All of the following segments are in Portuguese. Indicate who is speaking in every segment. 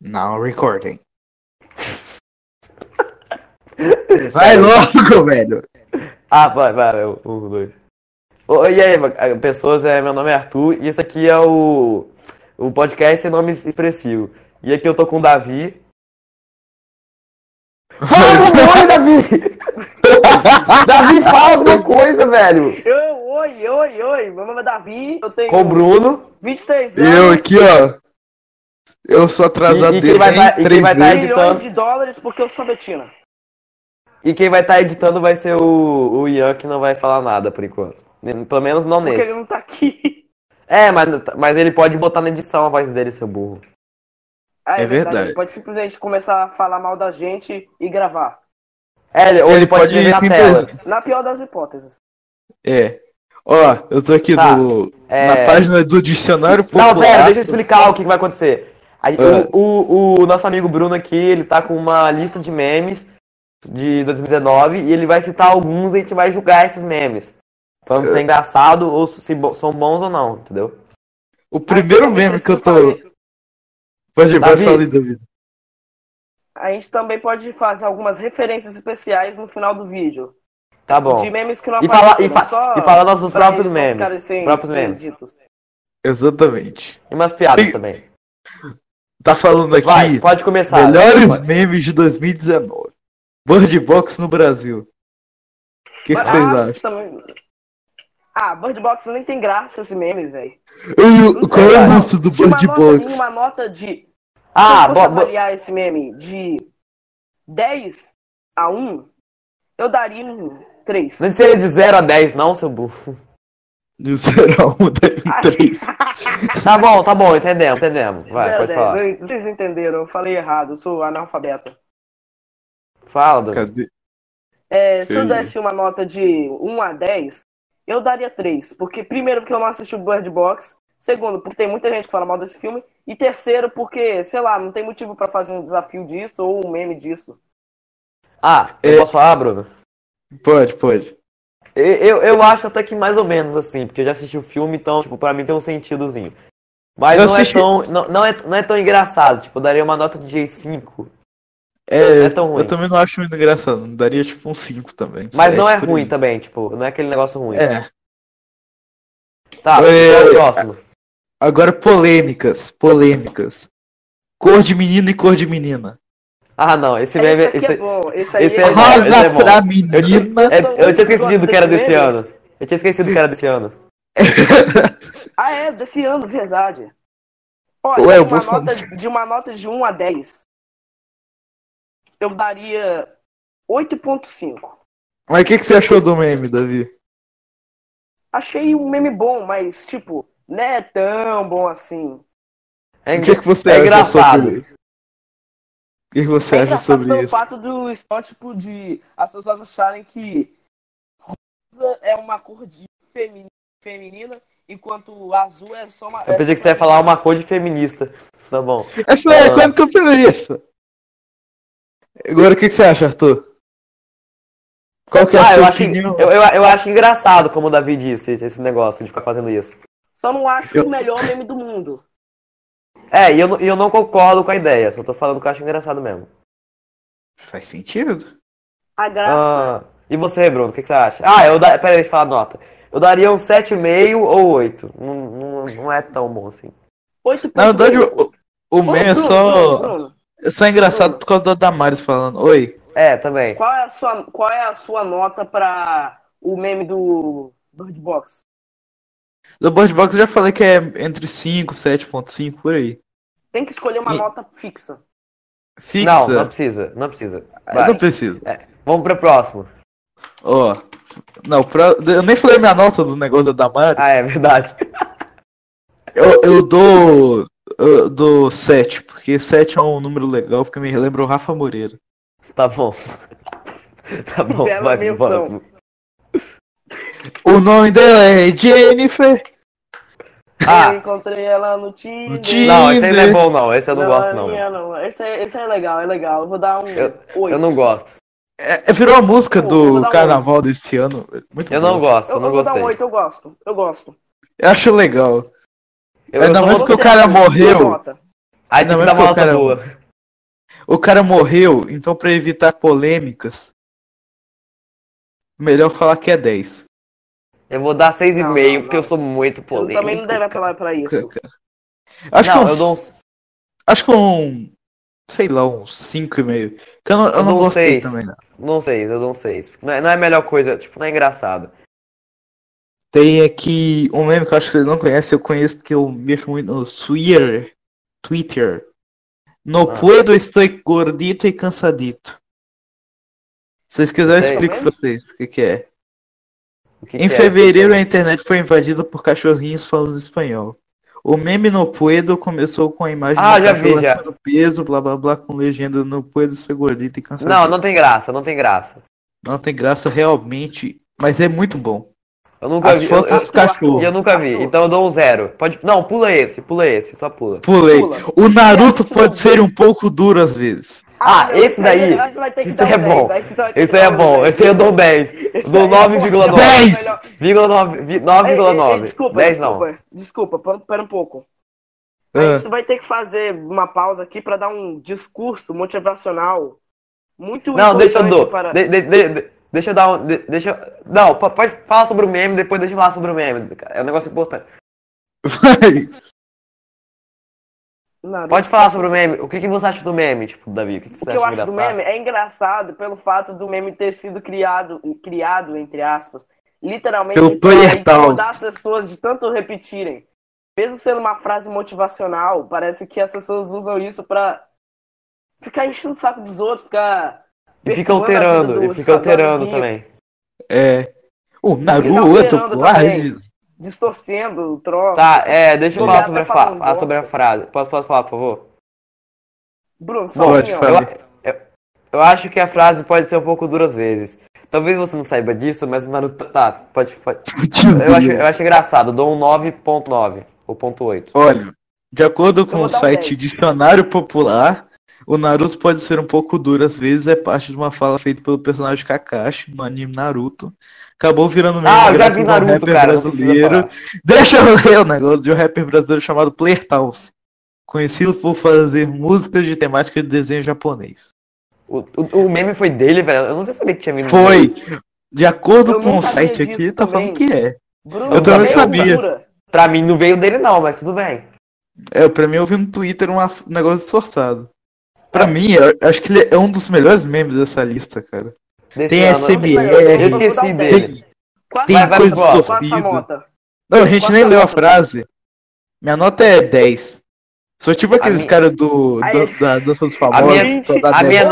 Speaker 1: Now recording. Vai logo, velho.
Speaker 2: Ah, vai, vai, vai, um, dois. Ô, e aí, ma- pessoas, é, meu nome é Arthur e esse aqui é o, o podcast sem nome expressivo. E aqui eu tô com o Davi. Fala alguma coisa, Davi! Davi, fala alguma coisa, velho!
Speaker 3: Eu, oi, oi, oi, meu nome é Davi, eu tenho
Speaker 2: Com o Bruno.
Speaker 3: 23 anos,
Speaker 1: Eu aqui, ó. Eu sou atrasado
Speaker 2: E- e quem
Speaker 1: dele
Speaker 2: vai tá- e quem
Speaker 1: três
Speaker 2: vai tá
Speaker 1: vezes.
Speaker 3: milhões de dólares porque eu sou betina.
Speaker 2: E quem vai estar editando vai ser o, o Ian, que não vai falar nada por enquanto. Nem- Pelo menos não
Speaker 3: Porque ele
Speaker 2: nesse.
Speaker 3: não tá aqui.
Speaker 2: É, mas, mas ele pode botar na edição a voz dele, seu burro.
Speaker 3: Ah,
Speaker 1: É verdade.
Speaker 3: Ele pode simplesmente começar a falar mal da gente e gravar.
Speaker 2: É, ele, ou ele pode,
Speaker 1: ir
Speaker 2: escrever na tela.
Speaker 3: Na pior das hipóteses.
Speaker 1: assim. É. Ó, eu tô aqui
Speaker 2: Tá.
Speaker 1: no,
Speaker 2: É.
Speaker 1: na página do dicionário popular.
Speaker 2: Não, pera, deixa eu explicar o que que vai acontecer. A-
Speaker 1: Ah.
Speaker 2: o, o- o nosso amigo Bruno aqui, ele tá com uma lista de memes de 2019 e ele vai citar alguns e a gente vai julgar esses memes. Falando se é engraçado ou se bo- são bons ou não, entendeu?
Speaker 1: O
Speaker 2: Ah,
Speaker 1: primeiro meme que eu tô. Pode, pode
Speaker 2: Davi.
Speaker 1: falar, David.
Speaker 3: A gente também pode fazer algumas referências especiais no final do vídeo.
Speaker 2: Tá bom.
Speaker 3: De memes que não
Speaker 2: E falar
Speaker 3: apareceram,
Speaker 2: fa
Speaker 3: só
Speaker 2: e falar nossos
Speaker 3: pra
Speaker 2: próprios
Speaker 3: eles não ficarem
Speaker 2: memes.
Speaker 3: sem-
Speaker 2: próprios
Speaker 3: sem
Speaker 2: memes.
Speaker 3: ditos.
Speaker 1: Exatamente.
Speaker 2: E umas piadas
Speaker 1: Sim.
Speaker 2: também.
Speaker 1: Tá falando aqui.
Speaker 2: Vai, pode começar.
Speaker 1: Melhores
Speaker 2: Pode.
Speaker 1: memes de 2019. Bird Box no Brasil. O que, que
Speaker 3: Mas-
Speaker 1: vocês
Speaker 3: ah,
Speaker 1: acham?
Speaker 3: isso também- Ah, Bird Box nem tem graça esse meme, velho.
Speaker 1: Eu- qual é o
Speaker 3: Não,
Speaker 1: lance do
Speaker 3: tinha uma
Speaker 1: Bird
Speaker 3: nota-
Speaker 1: Box?
Speaker 3: Uma nota de
Speaker 2: Ah,
Speaker 3: Se
Speaker 2: bo-
Speaker 3: eu fosse
Speaker 2: bo-
Speaker 3: avaliar esse meme de 10 a 1, eu daria um 3.
Speaker 2: não seria de 0 a 10 não, seu burro.
Speaker 1: De 0 a 1 da 3.
Speaker 2: Tá bom, tá bom, entendemos, entendemos. Vai, pode falar.
Speaker 3: Vocês entenderam, eu falei errado, eu sou analfabeta.
Speaker 2: Fala, Davi.
Speaker 1: Cadê?
Speaker 3: É, se eu
Speaker 1: Entendi.
Speaker 3: desse uma nota de 1 a 10, eu daria 3. Porque, primeiro, porque eu não assisti o Bird Box. Segundo, porque tem muita gente que fala mal desse filme. E terceiro, porque, sei lá, não tem motivo pra fazer um desafio disso ou um meme disso.
Speaker 2: Ah, eu
Speaker 1: É.
Speaker 2: posso falar, Bruno?
Speaker 1: Pode, pode.
Speaker 2: Eu, eu, eu acho até que mais ou menos assim, porque eu já assisti o filme, então, tipo, pra mim tem um sentidozinho. Mas
Speaker 1: Eu
Speaker 2: não
Speaker 1: assisti-
Speaker 2: é tão. Não, não, é, não é tão engraçado, tipo, eu daria uma nota de 5.
Speaker 1: É,
Speaker 2: Não é tão ruim.
Speaker 1: eu também não acho muito engraçado. Não daria tipo um 5 também.
Speaker 2: Mas não é
Speaker 1: Sete por
Speaker 2: ruim
Speaker 1: aí.
Speaker 2: também, tipo, não é aquele negócio ruim.
Speaker 1: É.
Speaker 2: Tá, qual
Speaker 1: É.
Speaker 2: é o próximo?
Speaker 1: Agora polêmicas. Polêmicas. Cor de menino e cor de menina.
Speaker 2: Ah, não, esse
Speaker 3: Esse
Speaker 2: meme.
Speaker 3: aqui
Speaker 2: esse-
Speaker 3: é bom. Esse aí
Speaker 2: esse
Speaker 3: é
Speaker 2: é bom.
Speaker 1: Rosa
Speaker 2: esse é bom.
Speaker 1: pra menina.
Speaker 2: é-
Speaker 3: Nossa,
Speaker 2: eu tinha
Speaker 3: eu gosto
Speaker 2: esquecido que era
Speaker 3: desse
Speaker 2: desse
Speaker 3: meme.
Speaker 2: ano. Eu tinha esquecido que era desse ano.
Speaker 3: Ah, é, desse ano, verdade. Olha,
Speaker 1: Ué, eu
Speaker 3: uma
Speaker 1: vou
Speaker 3: nota, de uma nota de 1 a 10, eu daria 8.5.
Speaker 1: Mas o que, que você achou do meme, Davi?
Speaker 3: Achei um meme bom, mas, tipo, não é tão bom assim.
Speaker 2: É,
Speaker 1: O que, que você
Speaker 2: é
Speaker 1: acha
Speaker 2: engraçado.
Speaker 1: sobre isso? O que, que você
Speaker 3: é
Speaker 1: acha
Speaker 3: engraçado
Speaker 1: sobre
Speaker 3: pelo
Speaker 1: isso?
Speaker 3: fato do Stott, tipo, de as pessoas acharem que rosa é uma cor de feminina, feminina enquanto o azul é só uma...
Speaker 2: Eu pensei que você ia falar uma coisa de feminista. Tá bom.
Speaker 1: É sério,
Speaker 2: Ah.
Speaker 1: quando que eu falei isso? Agora o que, que você acha, Arthur? Qual que é a
Speaker 2: Ah, eu
Speaker 1: sua
Speaker 2: acho,
Speaker 1: opinião?
Speaker 2: eu, eu, eu acho engraçado, como o Davi disse, esse- esse negócio de ficar fazendo isso.
Speaker 3: Só não acho
Speaker 1: Eu-
Speaker 3: o melhor meme do mundo.
Speaker 2: É, e eu, não- e eu não concordo com a ideia, só tô falando que eu acho engraçado mesmo.
Speaker 1: Faz sentido.
Speaker 3: A graça...
Speaker 2: Ah, e você, Bruno, o que, que você acha? Ah, eu da... peraí, deixa eu falar a nota. Eu daria um 7,5 ou 8. Não, não, não é tão bom assim.
Speaker 3: 8.5.
Speaker 1: Na verdade, o, o
Speaker 3: Ô,
Speaker 1: meme é
Speaker 3: Bruno,
Speaker 1: só,
Speaker 3: Bruno, Bruno,
Speaker 1: é só engraçado por causa da Damares falando. Oi.
Speaker 2: É, também.
Speaker 3: qual, é a sua, qual é a sua nota pra o meme do Bird Box?
Speaker 1: Do Bird Box eu já falei que é entre 5 e 7.5, por aí.
Speaker 3: Tem que escolher uma
Speaker 1: E-
Speaker 3: nota fixa.
Speaker 1: Fixa.
Speaker 2: Não, não precisa, não precisa.
Speaker 1: eu
Speaker 2: Vai.
Speaker 1: não preciso.
Speaker 2: Vamos pro próximo.
Speaker 1: Ó. Não, pra- eu nem falei minha nota do negócio da Damares.
Speaker 2: Ah, é verdade.
Speaker 1: Eu, eu dou. Eu dou 7, porque 7 é um número legal, porque me lembra o Rafa Moreira.
Speaker 2: Tá bom. Tá bom,
Speaker 3: Bela
Speaker 2: vai pro
Speaker 3: menção.
Speaker 2: próximo.
Speaker 1: O nome dela é Jennifer.
Speaker 2: Ah.
Speaker 3: Eu encontrei ela no Tinder.
Speaker 1: No Tinder.
Speaker 2: Não, esse aí não é bom, não. Esse eu não
Speaker 3: é
Speaker 2: gosto, não.
Speaker 3: minha, não. Esse, é, esse é legal, é legal. Eu vou dar um
Speaker 2: Eu-
Speaker 3: 8.
Speaker 2: Eu não gosto.
Speaker 1: É, é- virou a música
Speaker 3: Pô, eu vou
Speaker 1: do
Speaker 3: dar um
Speaker 1: carnaval deste ano. Muito
Speaker 2: Eu não
Speaker 1: bom.
Speaker 2: gosto,
Speaker 3: Eu-
Speaker 2: eu
Speaker 3: eu
Speaker 2: não
Speaker 3: vou dar um
Speaker 2: gostei.
Speaker 3: 8, eu gosto. Eu gosto.
Speaker 1: Eu acho legal.
Speaker 2: Eu- eu
Speaker 1: Ainda
Speaker 2: só
Speaker 1: É, mais
Speaker 2: vou-
Speaker 1: porque Tá o cara
Speaker 3: Você,
Speaker 1: morreu.
Speaker 3: sua nota.
Speaker 2: Aí
Speaker 1: Ainda
Speaker 2: tem
Speaker 1: mais
Speaker 2: que dar uma
Speaker 1: porque o
Speaker 2: nota
Speaker 1: cara-
Speaker 2: boa.
Speaker 1: O cara morreu, então pra evitar polêmicas, melhor falar que é 10.
Speaker 2: Eu vou dar
Speaker 3: Não,
Speaker 2: 6,5,
Speaker 3: não,
Speaker 2: porque
Speaker 3: não.
Speaker 2: eu sou muito
Speaker 3: Você
Speaker 2: polêmico.
Speaker 3: também não deve apelar pra
Speaker 1: é-
Speaker 3: isso.
Speaker 1: Acho
Speaker 2: Não,
Speaker 1: que
Speaker 2: eu
Speaker 1: uns,
Speaker 2: dou um-
Speaker 1: acho que um, sei lá, uns 5,5. Que Eu não, eu
Speaker 2: Eu
Speaker 1: não
Speaker 2: dou um
Speaker 1: gostei
Speaker 2: seis.
Speaker 1: também, não.
Speaker 2: Não sei, eu dou um 6. Não é, não é a melhor coisa, tipo, não é engraçado.
Speaker 1: Tem aqui um meme que eu acho que vocês não conhecem, eu conheço porque eu mexo muito no Twitter. Twitter. No
Speaker 2: Ah.
Speaker 1: puedo, estou gordito e cansadito. Se vocês quiserem, eu
Speaker 2: Sei.
Speaker 1: explico pra vocês o que, que é.
Speaker 2: O que
Speaker 1: Em
Speaker 2: que é?
Speaker 1: fevereiro, a internet foi invadida por cachorrinhos falando espanhol. O meme no Puedo começou com a imagem
Speaker 2: Ah,
Speaker 1: do
Speaker 2: já vi,
Speaker 1: cachorro
Speaker 2: já.
Speaker 1: acima do peso, blá blá blá, com legenda no Puedo ser gordito e cansado.
Speaker 2: Não, não tem graça, não tem graça.
Speaker 1: Não tem graça realmente, mas é muito bom.
Speaker 2: Eu nunca
Speaker 1: As
Speaker 2: vi. Eu,
Speaker 1: fotos
Speaker 2: eu-
Speaker 1: dos cachorros.
Speaker 2: e eu nunca vi, então eu dou um zero. Pode, não, pula esse, pula esse, só pula.
Speaker 1: Pulei.
Speaker 3: Pula.
Speaker 1: O Naruto
Speaker 3: Esse
Speaker 1: pode
Speaker 3: não
Speaker 1: ser um pouco duro às vezes.
Speaker 2: Ah,
Speaker 3: meu,
Speaker 2: esse daí-
Speaker 3: aí você vai ter que
Speaker 2: Isso
Speaker 3: dar
Speaker 2: aí é
Speaker 3: um 10,
Speaker 2: bom.
Speaker 3: aí você vai ter que
Speaker 2: Esse aí
Speaker 3: dar
Speaker 2: é
Speaker 3: um
Speaker 2: bom,
Speaker 3: 10.
Speaker 2: esse aí eu dou um 10.
Speaker 3: Esse
Speaker 2: Dou
Speaker 3: aí é
Speaker 2: 9,9.
Speaker 3: bom.
Speaker 1: Dez!
Speaker 3: Melhor-
Speaker 2: Vírgula nove- vi-
Speaker 3: Ei, ei, ei,
Speaker 2: 9,9.
Speaker 3: Desculpa,
Speaker 2: 10 não.
Speaker 3: desculpa. Desculpa, pera, pera um pouco.
Speaker 2: É.
Speaker 3: A
Speaker 1: Ah,
Speaker 3: gente vai ter que fazer uma pausa aqui pra dar um discurso motivacional muito
Speaker 2: Não, deixa eu
Speaker 3: importante
Speaker 2: dou.
Speaker 3: para...
Speaker 2: de- de- de- de- deixa eu dar um. de- deixa eu- Não, po- pode falar sobre o meme, depois deixa eu falar sobre o meme. cara. É um negócio importante.
Speaker 3: Tá
Speaker 1: vai.
Speaker 3: Naruto.
Speaker 2: Pode falar sobre o meme. O que, que você acha do meme, tipo, Davi? O que, que
Speaker 3: O
Speaker 2: você
Speaker 3: que eu
Speaker 2: acha
Speaker 3: acho do
Speaker 2: engraçado?
Speaker 3: meme é engraçado pelo fato do meme ter sido criado, criado entre aspas, literalmente
Speaker 1: Pelo
Speaker 3: pra
Speaker 1: Neandertal.
Speaker 3: incomodar as pessoas de tanto repetirem. Mesmo sendo uma frase motivacional, parece que as pessoas usam isso pra ficar enchendo o saco dos outros, ficar.
Speaker 2: E fica
Speaker 3: perturbando a vida
Speaker 2: alterando,
Speaker 3: do
Speaker 2: e fica
Speaker 3: cidadão
Speaker 2: alterando
Speaker 3: rico,
Speaker 2: também.
Speaker 1: É. O
Speaker 3: alterando
Speaker 1: Naruto
Speaker 3: também.
Speaker 1: pode.
Speaker 3: Distorcendo o troço.
Speaker 2: Tá, é, deixa eu
Speaker 3: Obrigado,
Speaker 2: falar sobre a,
Speaker 3: tá
Speaker 2: fa-
Speaker 3: falando
Speaker 2: a-
Speaker 3: bosta.
Speaker 2: sobre a frase. Posso, posso falar, por favor?
Speaker 3: Bruno, só um
Speaker 1: Pode,
Speaker 3: opinião.
Speaker 1: fala.
Speaker 2: Eu, eu- eu acho que a frase pode ser um pouco dura às vezes. Talvez você não saiba disso, mas o Naruto. Tá, pode. pode- Eu acho, eu acho engraçado, eu dou um 9,9 ou ponto 8.
Speaker 1: Olha, de acordo com
Speaker 3: vou
Speaker 1: o
Speaker 3: dar um
Speaker 1: site
Speaker 3: 10.
Speaker 1: Dicionário Popular, o Naruto pode ser um pouco duro às vezes, é parte de uma fala feita pelo personagem Kakashi no anime Naruto. Acabou virando meme
Speaker 2: Ah, eu já
Speaker 1: graças
Speaker 2: vi
Speaker 1: ao
Speaker 2: Naruto,
Speaker 1: um rapper
Speaker 2: cara. não precisa
Speaker 1: brasileiro.
Speaker 2: falar.
Speaker 1: Deixa eu ler o negócio de um rapper brasileiro chamado Plertals, conhecido por fazer músicas de temática de desenho japonês.
Speaker 2: O, o, o meme foi dele, velho. Eu não sabia que tinha meme
Speaker 1: Foi, de acordo
Speaker 3: Eu
Speaker 1: com
Speaker 3: não
Speaker 1: o
Speaker 3: sabia
Speaker 1: site
Speaker 3: disso
Speaker 1: aqui, tá
Speaker 3: também.
Speaker 1: falando que é.
Speaker 3: Bruno, um
Speaker 2: Eu também
Speaker 3: meio
Speaker 1: sabia.
Speaker 3: dura.
Speaker 2: Pra mim não veio dele, não, mas tudo bem.
Speaker 1: É, pra mim eu vi no Twitter uma- um negócio distorçado. Pra mim, eu acho que ele é um dos melhores memes dessa lista, cara.
Speaker 2: Desse
Speaker 1: Tem
Speaker 2: ano, eu não sei.
Speaker 1: SBR.
Speaker 2: Eu esqueci dele.
Speaker 3: Quatro
Speaker 1: Tem
Speaker 2: Vai, vai,
Speaker 1: coisa
Speaker 2: vai, vai,
Speaker 1: distorcida.
Speaker 3: Samota.
Speaker 1: Não, a gente
Speaker 3: Qual
Speaker 1: nem
Speaker 3: sua
Speaker 1: leu a
Speaker 3: nota?
Speaker 1: frase. Minha nota é 10. Sou tipo aqueles
Speaker 2: minha-
Speaker 1: caras do,
Speaker 3: Aí-
Speaker 1: do, da dança dos famosos.
Speaker 2: minha-
Speaker 1: que tá só dá
Speaker 2: A
Speaker 1: 10.
Speaker 2: minha é
Speaker 3: Eu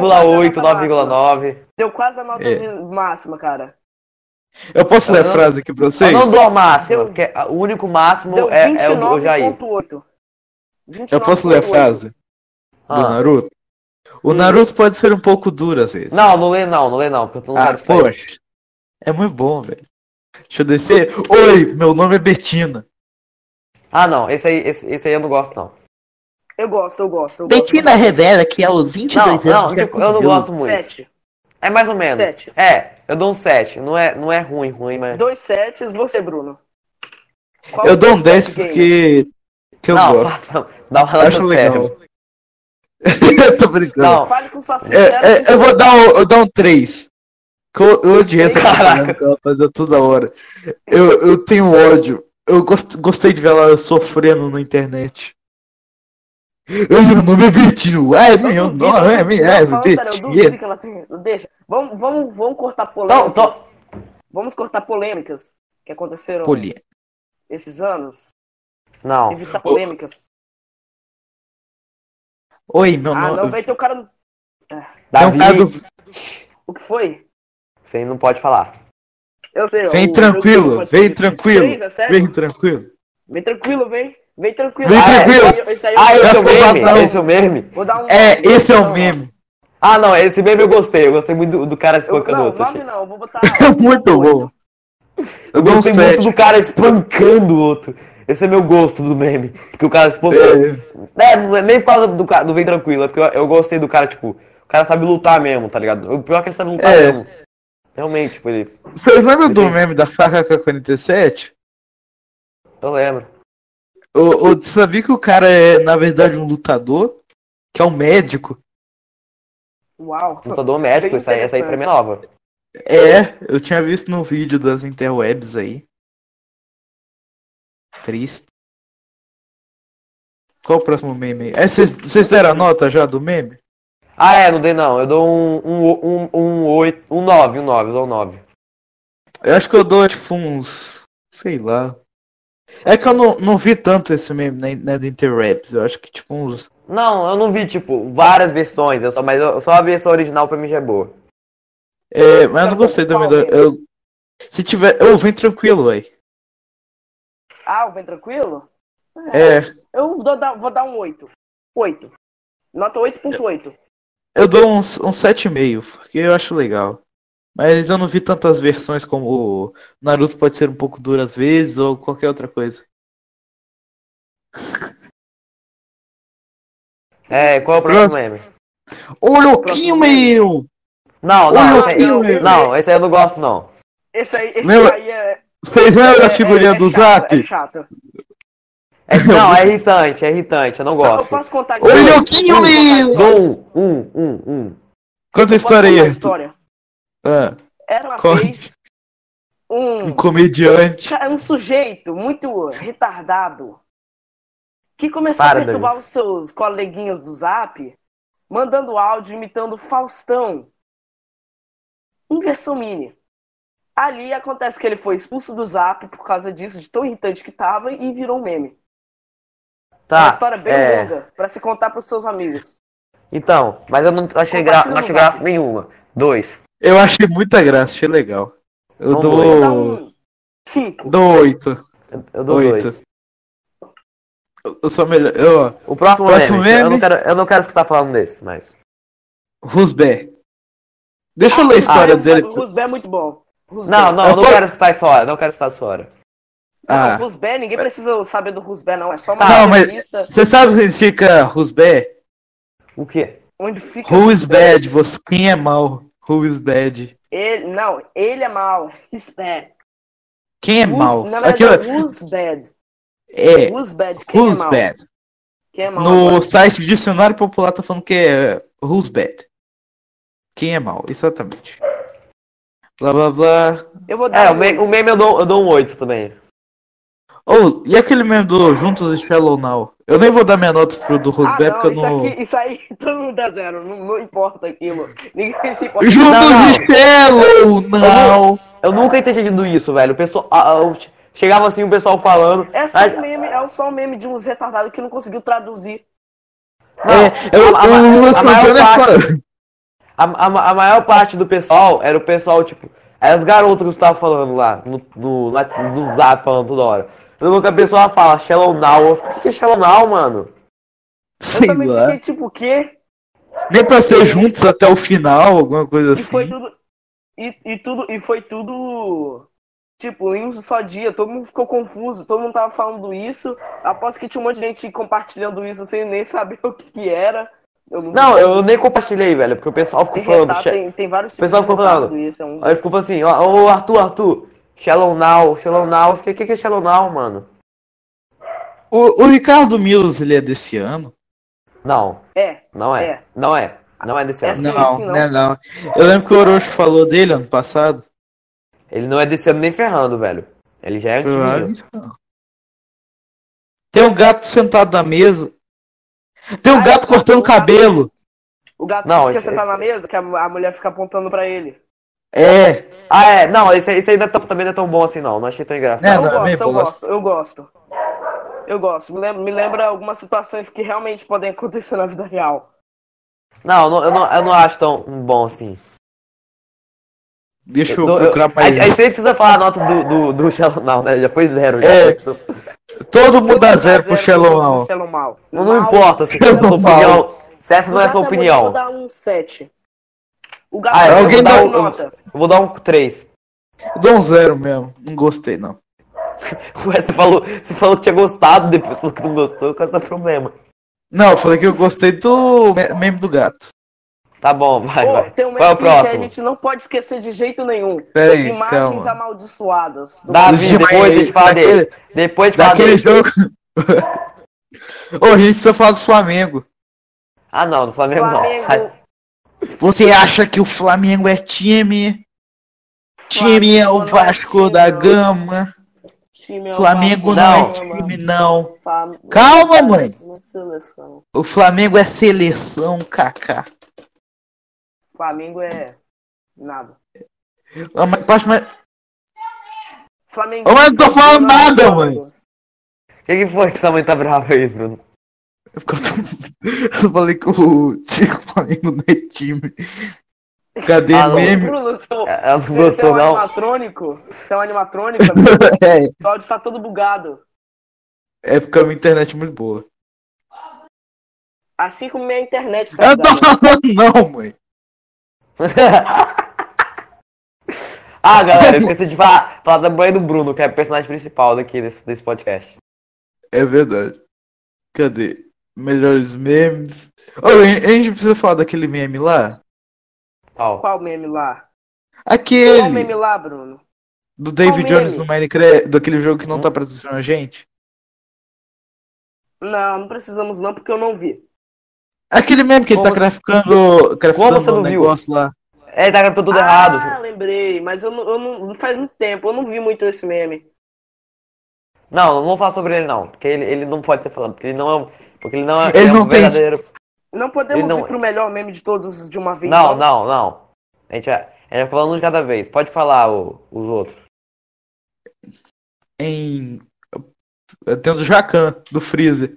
Speaker 2: 9,8,
Speaker 3: vou dar um uma
Speaker 2: 9,9.
Speaker 3: Deu quase a nota
Speaker 1: É.
Speaker 3: de- máxima, cara.
Speaker 1: Eu posso ler
Speaker 2: Eu
Speaker 1: a
Speaker 2: não-
Speaker 1: frase aqui pra
Speaker 2: Eu
Speaker 1: vocês?
Speaker 2: Ah. não dou a máxima,
Speaker 3: Deu-
Speaker 2: porque é a- o único máximo
Speaker 3: Deu
Speaker 2: é, é o o Jair.
Speaker 3: 29,8. 29,8.
Speaker 1: Eu posso ler a frase do
Speaker 2: Ah.
Speaker 1: Naruto? O
Speaker 3: Hum.
Speaker 1: Naruto pode ser um pouco duro às vezes.
Speaker 2: Não, não lê não, não lê não, porque eu não
Speaker 1: Ah,
Speaker 2: quero saber.
Speaker 1: poxa. É muito bom, velho. Deixa eu descer. Oi, meu nome é Betina.
Speaker 2: Ah, não, esse aí, esse, esse aí eu não gosto, não.
Speaker 3: Eu gosto, eu gosto. Eu gosto.
Speaker 1: Betina revela que é aos 22
Speaker 2: Não,
Speaker 1: anos.
Speaker 2: não, tipo, eu não gosto muito.
Speaker 3: Sete.
Speaker 2: É mais ou menos.
Speaker 3: Sete.
Speaker 2: É, eu dou um 7. Não é, não é ruim, ruim, mas.
Speaker 3: Dois sets, você, Bruno. Qual
Speaker 1: Eu
Speaker 3: o
Speaker 1: dou
Speaker 3: seu
Speaker 1: um 10
Speaker 3: set game?
Speaker 1: porque. Que eu
Speaker 2: não,
Speaker 1: gosto.
Speaker 2: Fala, dá uma
Speaker 1: Eu acho
Speaker 2: nota
Speaker 1: legal.
Speaker 2: séria.
Speaker 1: eu tô brincando.
Speaker 2: Não,
Speaker 3: Fale com sua
Speaker 1: É, é, eu vou dar um, eu dou um 3. Que eu, eu odiei essa
Speaker 2: Caraca.
Speaker 1: propaganda que ela fazia toda hora. Eu, eu tenho ódio. Eu gost- gostei de ver ela sofrendo na internet. Eu meu nome é Betinho. Ah, é meu
Speaker 3: né?
Speaker 1: nome, é meu, é
Speaker 3: Não, sério, eu duvido
Speaker 1: Betinho.
Speaker 3: que ela tenha. Deixa. Vamos, vamos, vamos cortar
Speaker 2: Não,
Speaker 3: polêmicas.
Speaker 2: tô-
Speaker 3: Vamos cortar polêmicas que aconteceram
Speaker 1: Polêmica.
Speaker 3: esses anos.
Speaker 2: não.
Speaker 3: Evitar polêmicas.
Speaker 1: Oi, meu
Speaker 3: ah, não,
Speaker 1: nome.
Speaker 3: vai ter o cara.
Speaker 1: É um
Speaker 2: Davi,
Speaker 1: cara do
Speaker 3: O que foi?
Speaker 2: você não pode falar.
Speaker 3: Eu sei, ó,
Speaker 1: Vem
Speaker 3: o-
Speaker 1: tranquilo,
Speaker 3: o-
Speaker 1: vem tranquilo,
Speaker 3: Três, é sério?
Speaker 1: vem tranquilo.
Speaker 3: Vem tranquilo, vem. Vem tranquilo.
Speaker 1: Vem
Speaker 3: Ah, é,
Speaker 1: tranquilo.
Speaker 3: isso aí- isso aí eu-
Speaker 2: Ah,
Speaker 1: eu
Speaker 2: esse é o
Speaker 1: sou
Speaker 2: meme?
Speaker 1: ladrão.
Speaker 2: Esse é o meme?
Speaker 3: Vou dar um.
Speaker 1: É, esse é
Speaker 3: Não,
Speaker 1: o meme.
Speaker 2: Ah, não, esse meme eu gostei. Eu gostei muito do, do cara
Speaker 3: Eu,
Speaker 2: espancando o
Speaker 3: não,
Speaker 2: outro.
Speaker 3: nome
Speaker 2: achei.
Speaker 3: não, eu vou botar.
Speaker 1: É muito bom. Eu
Speaker 2: Eu
Speaker 1: dou um
Speaker 2: gostei
Speaker 1: 7.
Speaker 2: muito do cara espancando o outro. Esse é meu gosto do meme. Porque o cara espancou. É, não é nem por causa do cara, do Vem Tranquilo, é porque eu, eu gostei do cara, tipo, o cara sabe lutar mesmo, tá ligado? O pior é que ele sabe lutar
Speaker 1: É.
Speaker 2: mesmo. Realmente, tipo, ele.
Speaker 1: Vocês lembram do meme da faca K47?
Speaker 2: Eu lembro.
Speaker 1: Ô, ô, sabia que o cara é, na verdade, um lutador? Que é um médico?
Speaker 3: Uau.
Speaker 2: Lutador médico, isso aí, essa aí pra mim é nova.
Speaker 1: É, eu tinha visto no vídeo das interwebs aí. Triste. Qual o próximo meme? É, vocês- Vocês deram a nota já do meme?
Speaker 2: Ah, é, não dei não. Eu dou um, um, um, um, oito, um nove, um nove, eu dou um nove.
Speaker 1: Eu acho que eu dou, tipo, uns. Sei lá. É que eu não, não vi tanto esse meme na, na Interwebs. Eu acho que, tipo, uns.
Speaker 2: Não, eu não vi, tipo, várias versões, eu só, mas eu- só a versão original pra mim já é boa.
Speaker 1: É, mas eu não gostei do meme. da- Eu... Se tiver. Eu vim tranquilo, véi.
Speaker 3: Ah, o Vem Tranquilo?
Speaker 1: É.
Speaker 3: Eu dou- dá- vou dar um 8. 8. Nota 8.8.
Speaker 1: Eu dou uns, uns 7,5, porque eu acho legal. Mas eu não vi tantas versões como o Naruto pode ser um pouco duro às vezes ou qualquer outra coisa.
Speaker 2: É, qual é o próximo meme?
Speaker 1: Ô, louquinho, meu!
Speaker 2: Não,
Speaker 1: Olha
Speaker 2: não, esse aí,
Speaker 1: aqui, meu.
Speaker 2: não, esse aí eu não gosto não.
Speaker 3: Esse aí, esse
Speaker 1: Lembra-
Speaker 3: aí é.
Speaker 1: Vocês lembram da
Speaker 3: é-
Speaker 1: figurinha
Speaker 3: é- é
Speaker 1: do
Speaker 3: chato,
Speaker 1: Zap?
Speaker 3: É chato.
Speaker 2: É, não, é irritante, é irritante, eu não
Speaker 3: Eu
Speaker 2: gosto.
Speaker 3: posso contar
Speaker 1: Ô,
Speaker 3: eu
Speaker 1: louquinho, meu!
Speaker 2: Um, um, um, um.
Speaker 1: Conta a
Speaker 3: posso contar
Speaker 1: história aí.
Speaker 3: uma
Speaker 1: Arthur.
Speaker 3: história.
Speaker 1: Ah,
Speaker 3: Era uma
Speaker 1: Conte.
Speaker 3: vez um,
Speaker 1: um comediante.
Speaker 3: ca- um sujeito muito retardado que começou
Speaker 2: Para,
Speaker 3: a perturbar os seus coleguinhas do Zap, mandando áudio imitando Faustão em versão mini. Ali acontece que ele foi expulso do Zap por causa disso, de tão irritante que tava, e virou um meme. É uma
Speaker 2: Tá,
Speaker 3: história bem
Speaker 2: é,
Speaker 3: longa pra se contar pros seus amigos.
Speaker 2: então, mas eu não achei, gra não achei
Speaker 3: Compartilha no Zap.
Speaker 2: graça nenhuma. Dois.
Speaker 1: Eu achei muita graça, achei legal. Eu
Speaker 2: Vamos
Speaker 3: Vou dar
Speaker 1: dou.
Speaker 3: um 5.
Speaker 1: Dou oito.
Speaker 2: Eu dou
Speaker 1: Oito.
Speaker 2: dois.
Speaker 1: Eu- Eu sou melhor. Eu,
Speaker 2: O próximo,
Speaker 1: Próximo
Speaker 2: meme, Eu, não
Speaker 1: meme?
Speaker 2: quero, eu não quero escutar falando desse, mas.
Speaker 1: Rusbé. Deixa eu ler a história dele.
Speaker 3: O Ah, Rusbé é muito bom. Rusbé.
Speaker 2: Não, não, eu não
Speaker 1: posso-
Speaker 2: quero escutar a história, não quero escutar a história.
Speaker 3: Ah.
Speaker 1: Ah.
Speaker 3: Não, Rusbé, ninguém precisa saber do Rusbé, não. É só uma
Speaker 1: Não, mas-
Speaker 3: entrevista
Speaker 1: Você sabe o que significa Rusbé?
Speaker 2: O quê?
Speaker 3: onde fica.
Speaker 1: Who is bad? Você, quem é mal? Who is bad?
Speaker 3: Ele, não, ele é mal. Rusbé.
Speaker 1: Quem é
Speaker 3: Rus-
Speaker 1: mal?
Speaker 3: Na
Speaker 1: Aquilo
Speaker 3: verdade, Rusbed.
Speaker 1: é.
Speaker 3: Rusbed. Quem
Speaker 1: Who's
Speaker 3: é mal?
Speaker 1: bad?
Speaker 3: Quem é mal?
Speaker 1: No
Speaker 3: agora?
Speaker 1: site Dicionário Popular tá falando que é Who's bad? Quem é mal? Exatamente. Blá blá blá.
Speaker 3: Eu vou dar.
Speaker 2: É, o
Speaker 1: Ah,
Speaker 3: um-
Speaker 2: meme, o meme eu, dou, eu dou um oito também.
Speaker 1: Ou, Oh, e aquele mesmo do Juntos e Shallow Now? Eu nem vou dar minha nota pro do
Speaker 3: Ah,
Speaker 1: Rosberg,
Speaker 3: não,
Speaker 1: porque eu
Speaker 3: isso,
Speaker 1: não.
Speaker 3: aqui, isso aí todo mundo dá zero. Não, não importa aquilo. Ninguém se importa.
Speaker 1: Juntos
Speaker 2: Não,
Speaker 1: e Shallow Now!
Speaker 2: Eu nunca
Speaker 3: É.
Speaker 2: entendido isso, velho. O pessoal. a- a- o- chegava assim o pessoal falando.
Speaker 3: É só
Speaker 2: "Ah,
Speaker 3: um meme, é só um meme de uns retardados que não conseguiu traduzir.
Speaker 1: É, eu,
Speaker 2: a- a-
Speaker 1: eu- eu-
Speaker 2: a maior
Speaker 1: eu-
Speaker 2: parte- A, a ma- a maior parte do pessoal era o pessoal, tipo, era as garotas que estavam falando lá, no, no, lá- no zap falando toda hora. Eu nunca a pessoa fala Shallow Now. Eu fico, O que é Shallow Now, mano?
Speaker 3: Eu
Speaker 1: Sei
Speaker 3: também
Speaker 1: lá.
Speaker 3: fiquei tipo, o quê?
Speaker 1: Nem pra ser juntos até o final, alguma coisa
Speaker 3: E foi
Speaker 1: assim.
Speaker 3: tudo. E, e tudo. E foi tudo. Tipo, em um só dia, todo mundo ficou confuso, todo mundo tava falando isso. Aposto que tinha um monte de gente compartilhando isso sem nem saber o que que era. Eu
Speaker 2: Não, eu nem compartilhei, velho, porque o pessoal ficou
Speaker 3: tem,
Speaker 2: falando.
Speaker 3: retardo,
Speaker 2: "Sha-"
Speaker 3: tem, tem vários
Speaker 2: O pessoal
Speaker 3: tipos de
Speaker 2: ficou
Speaker 3: retardo
Speaker 2: falando.
Speaker 3: Isso, é um...
Speaker 2: Aí ficou falando assim, ó, ô Arthur, Arthur, Shallow Now, Shallow Now. Eu fiquei, o que que é Shallow Now, mano?
Speaker 1: O, o Ricardo Mills, ele é desse ano?
Speaker 2: Não,
Speaker 3: É,
Speaker 2: não é.
Speaker 3: É.
Speaker 2: Não é. Não é desse
Speaker 3: É
Speaker 2: ano.
Speaker 3: sim.
Speaker 1: não,
Speaker 3: esse não.
Speaker 1: né, não. Eu lembro que o Orochi falou dele ano passado.
Speaker 2: Ele não é desse ano nem ferrando, velho. Ele já é antigo.
Speaker 1: Provavelmente não. Tem um gato sentado na mesa. Tem um
Speaker 3: Ah,
Speaker 1: gato
Speaker 3: é,
Speaker 1: cortando
Speaker 3: o gato-
Speaker 1: cabelo.
Speaker 3: o gato
Speaker 2: Não,
Speaker 3: fica
Speaker 2: esse-
Speaker 3: sentado
Speaker 2: esse-
Speaker 3: na mesa, que a, a mulher fica apontando pra ele.
Speaker 1: É.
Speaker 2: Ah, é. Não, esse, esse ainda também não é tão bom assim, não. Não achei tão engraçado.
Speaker 1: É,
Speaker 3: eu
Speaker 1: não, é
Speaker 3: gosto,
Speaker 1: meio
Speaker 3: eu
Speaker 1: bosta.
Speaker 3: gosto, eu gosto. Eu gosto. Me lembra, me lembra algumas situações que realmente podem acontecer na vida real.
Speaker 2: Não, eu não- eu não, eu não acho tão bom assim.
Speaker 1: Deixa eu,
Speaker 2: Eu- eu-
Speaker 1: procurar
Speaker 2: a,
Speaker 1: mais. um.
Speaker 2: gente- a gente sempre precisa falar a nota do, do, do Shallow Now, né? Já foi zero. Já.
Speaker 1: É.
Speaker 2: Precisa-
Speaker 1: Todo mundo dá zero pro
Speaker 3: todo mundo
Speaker 1: Xelomão.
Speaker 3: pro Shalom Mal.
Speaker 2: Não,
Speaker 3: Mal.
Speaker 2: não importa se,
Speaker 1: Shallow
Speaker 2: é sua
Speaker 1: Now.
Speaker 2: opinião, se essa
Speaker 3: O
Speaker 2: não é
Speaker 3: gato
Speaker 2: sua
Speaker 3: muito, Eu vou
Speaker 2: opinião.
Speaker 3: dar um 7. O gato
Speaker 2: Ah,
Speaker 3: eu vou
Speaker 1: alguém
Speaker 3: dar
Speaker 1: dá
Speaker 3: uma
Speaker 1: um-
Speaker 3: nota.
Speaker 2: Eu vou dar um 3.
Speaker 1: Eu Dou um zero mesmo. Não gostei, não.
Speaker 2: Ué, você falou, você falou que tinha gostado, depois falou que não gostou. Qual é o seu problema?
Speaker 1: Não, eu falei que eu gostei do me- meme do gato.
Speaker 2: Tá bom, vai,
Speaker 3: Pô,
Speaker 2: vai.
Speaker 3: Tem um
Speaker 2: Qual é o
Speaker 3: meme que a
Speaker 2: próximo?
Speaker 3: gente não pode esquecer de jeito nenhum.
Speaker 1: Pera aí,
Speaker 3: Imagens
Speaker 1: calma.
Speaker 3: amaldiçoadas.
Speaker 2: Davi,
Speaker 1: Demais,
Speaker 2: Ah, depois a gente fala
Speaker 1: daquele-
Speaker 2: dele. Depois a gente fala
Speaker 1: Daquele
Speaker 2: dele.
Speaker 1: jogo. Ô, a gente precisa falar do Flamengo.
Speaker 2: Ah, não, do Flamengo, não. Sai-
Speaker 3: Flamengo,
Speaker 1: Você acha que o Flamengo é time? Time é o
Speaker 3: Flamengo não é
Speaker 1: Vasco
Speaker 3: time,
Speaker 1: da
Speaker 3: não.
Speaker 1: Gama.
Speaker 3: time é o
Speaker 1: Flamengo não é
Speaker 3: Barcelona,
Speaker 1: time, não.
Speaker 3: Fam-
Speaker 1: Calma, mãe.
Speaker 3: é Seleção.
Speaker 1: O Flamengo é seleção, Kaká.
Speaker 3: Flamengo é nada.
Speaker 1: Ah, mas- mas- mas-
Speaker 3: Flamengo. é
Speaker 1: Ô, mas eu não tô falando nada, mãe.
Speaker 2: O que, que foi que sua mãe tá brava aí, Bruno?
Speaker 1: é porque Eu, tô- eu falei que o time- o Flamengo não é time. Cadê
Speaker 2: Ah, não.
Speaker 1: meme?
Speaker 3: Bruno, seu,
Speaker 2: Ela não
Speaker 3: você, você é
Speaker 2: gostou,
Speaker 3: um
Speaker 2: não?
Speaker 3: animatrônico? Você é um animatrônico? amigo?
Speaker 1: É,
Speaker 3: o áudio tá todo bugado.
Speaker 1: é porque a minha internet é muito boa.
Speaker 3: Assim como minha internet tá
Speaker 1: Eu não tô
Speaker 3: bugada.
Speaker 1: falando, não, mãe.
Speaker 2: ah, galera, eu esqueci de falar, falar da mãe do Bruno, que é o personagem principal daqui desse, desse podcast.
Speaker 1: É verdade. Cadê? Melhores memes. Ô, a gente precisa falar daquele meme lá?
Speaker 2: Ó,
Speaker 3: Qual meme lá? Qual um meme
Speaker 1: Aquele
Speaker 3: lá, Bruno?
Speaker 1: do David
Speaker 3: qual
Speaker 1: Jones
Speaker 3: meme?
Speaker 1: no Minecraft, daquele jogo que não
Speaker 2: Hum?
Speaker 1: tá patrocinando a gente.
Speaker 3: Não, não precisamos não, porque eu não vi.
Speaker 1: Aquele meme que ele tá
Speaker 2: Como-
Speaker 1: graficando,
Speaker 2: Como você
Speaker 1: graficando
Speaker 2: não
Speaker 1: um
Speaker 2: viu?
Speaker 1: negócio lá.
Speaker 2: É, tá tudo
Speaker 3: ah,
Speaker 2: errado.
Speaker 3: lembrei, mas eu não, eu não. Faz muito tempo, eu não vi muito esse meme.
Speaker 2: Não, não vou falar sobre ele, não. Porque ele, ele não pode ser falado. Porque ele não é. um- Porque ele não é,
Speaker 1: Ele
Speaker 2: é
Speaker 1: não
Speaker 2: um
Speaker 1: tem-
Speaker 2: verdadeiro.
Speaker 3: Não podemos
Speaker 2: Ele não
Speaker 3: ir
Speaker 2: é.
Speaker 3: pro melhor meme de todos de uma vez.
Speaker 2: Não, não, não. A gente vai, a gente vai falando um de cada vez. Pode falar o- os outros.
Speaker 1: Em. eh, Tem o do Jacan, do Freezer.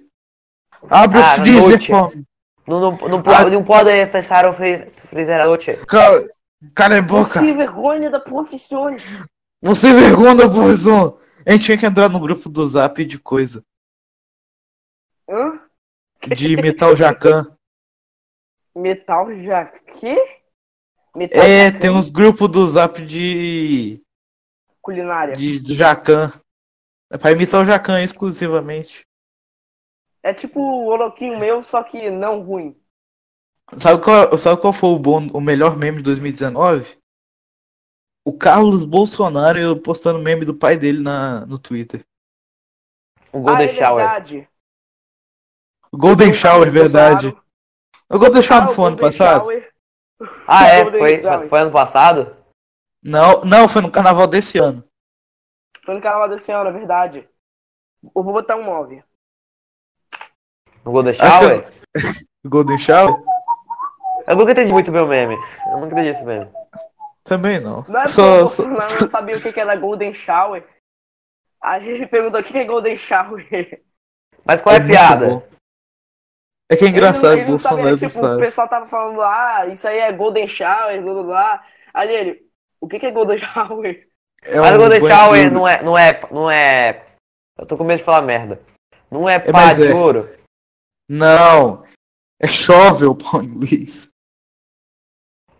Speaker 1: Abre
Speaker 2: Ah,
Speaker 1: o
Speaker 2: na
Speaker 1: Freezer,
Speaker 2: noite.
Speaker 1: fome.
Speaker 2: Não, não, não,
Speaker 1: Ah.
Speaker 2: po- não pode fechar o fri- freezerador.
Speaker 1: Cala, cala a boca.
Speaker 3: Você vergonha da profissão.
Speaker 1: Você é vergonha da profissão. A gente tinha que entrar no grupo do Zap de coisa.
Speaker 3: Hã?
Speaker 1: De imitar o Jacan.
Speaker 3: Metal já quê? Metal
Speaker 1: É,
Speaker 3: Jacan
Speaker 1: tem uns grupos do Zap de.
Speaker 3: culinária.
Speaker 1: de do Jacan. É pra imitar o Jacan exclusivamente.
Speaker 3: É tipo o oloquinho meu, só que não ruim.
Speaker 1: Sabe qual, sabe qual foi o, bom, o melhor meme de 2019? O Carlos Bolsonaro postando meme do pai dele na, no Twitter.
Speaker 2: O Golden
Speaker 3: ah, é
Speaker 2: Shower.
Speaker 3: verdade.
Speaker 1: Golden
Speaker 3: O
Speaker 1: Shower,
Speaker 3: Carlos
Speaker 1: é verdade.
Speaker 3: Bolsonaro.
Speaker 1: O Golden
Speaker 3: Ah,
Speaker 1: Shower
Speaker 3: o
Speaker 1: foi ano
Speaker 3: Golden
Speaker 1: passado?
Speaker 3: Shower.
Speaker 2: Ah, é?
Speaker 3: Golden
Speaker 2: Foi,
Speaker 3: Shower.
Speaker 2: foi ano passado?
Speaker 1: Não, não, foi no carnaval desse ano.
Speaker 3: Foi no canal desse ano, é verdade. Eu vou botar um 9.
Speaker 2: No Golden
Speaker 1: Acho que eu-
Speaker 3: Ah,
Speaker 2: Shower?
Speaker 1: O Golden Shower?
Speaker 2: Eu nunca entendi muito bem o meme. Eu nunca entendi esse meme.
Speaker 1: Também não.
Speaker 3: Não é porque o
Speaker 1: Só- só-
Speaker 3: Bolsonaro não sabia o que que era Golden Shower. Aí ele perguntou o que que é Golden Shower.
Speaker 2: Mas qual é a
Speaker 1: muito
Speaker 2: piada?
Speaker 1: bom. É que é engraçado, o
Speaker 3: ele não, ele não sabia,
Speaker 1: Bolsonaro é
Speaker 3: tipo, o
Speaker 1: sabe.
Speaker 3: pessoal tava falando, ah, isso aí é Golden Shower, blá blá blá. Aí ele, o que que é Golden Shower?
Speaker 1: É
Speaker 2: Mas o Golden
Speaker 1: banho
Speaker 2: Shower
Speaker 1: duro.
Speaker 2: não é, não é. Não é. Eu tô com medo de falar merda. Não é pá
Speaker 1: mas
Speaker 2: de
Speaker 1: é.
Speaker 2: ouro?
Speaker 1: Não! É chovel, pau inglês.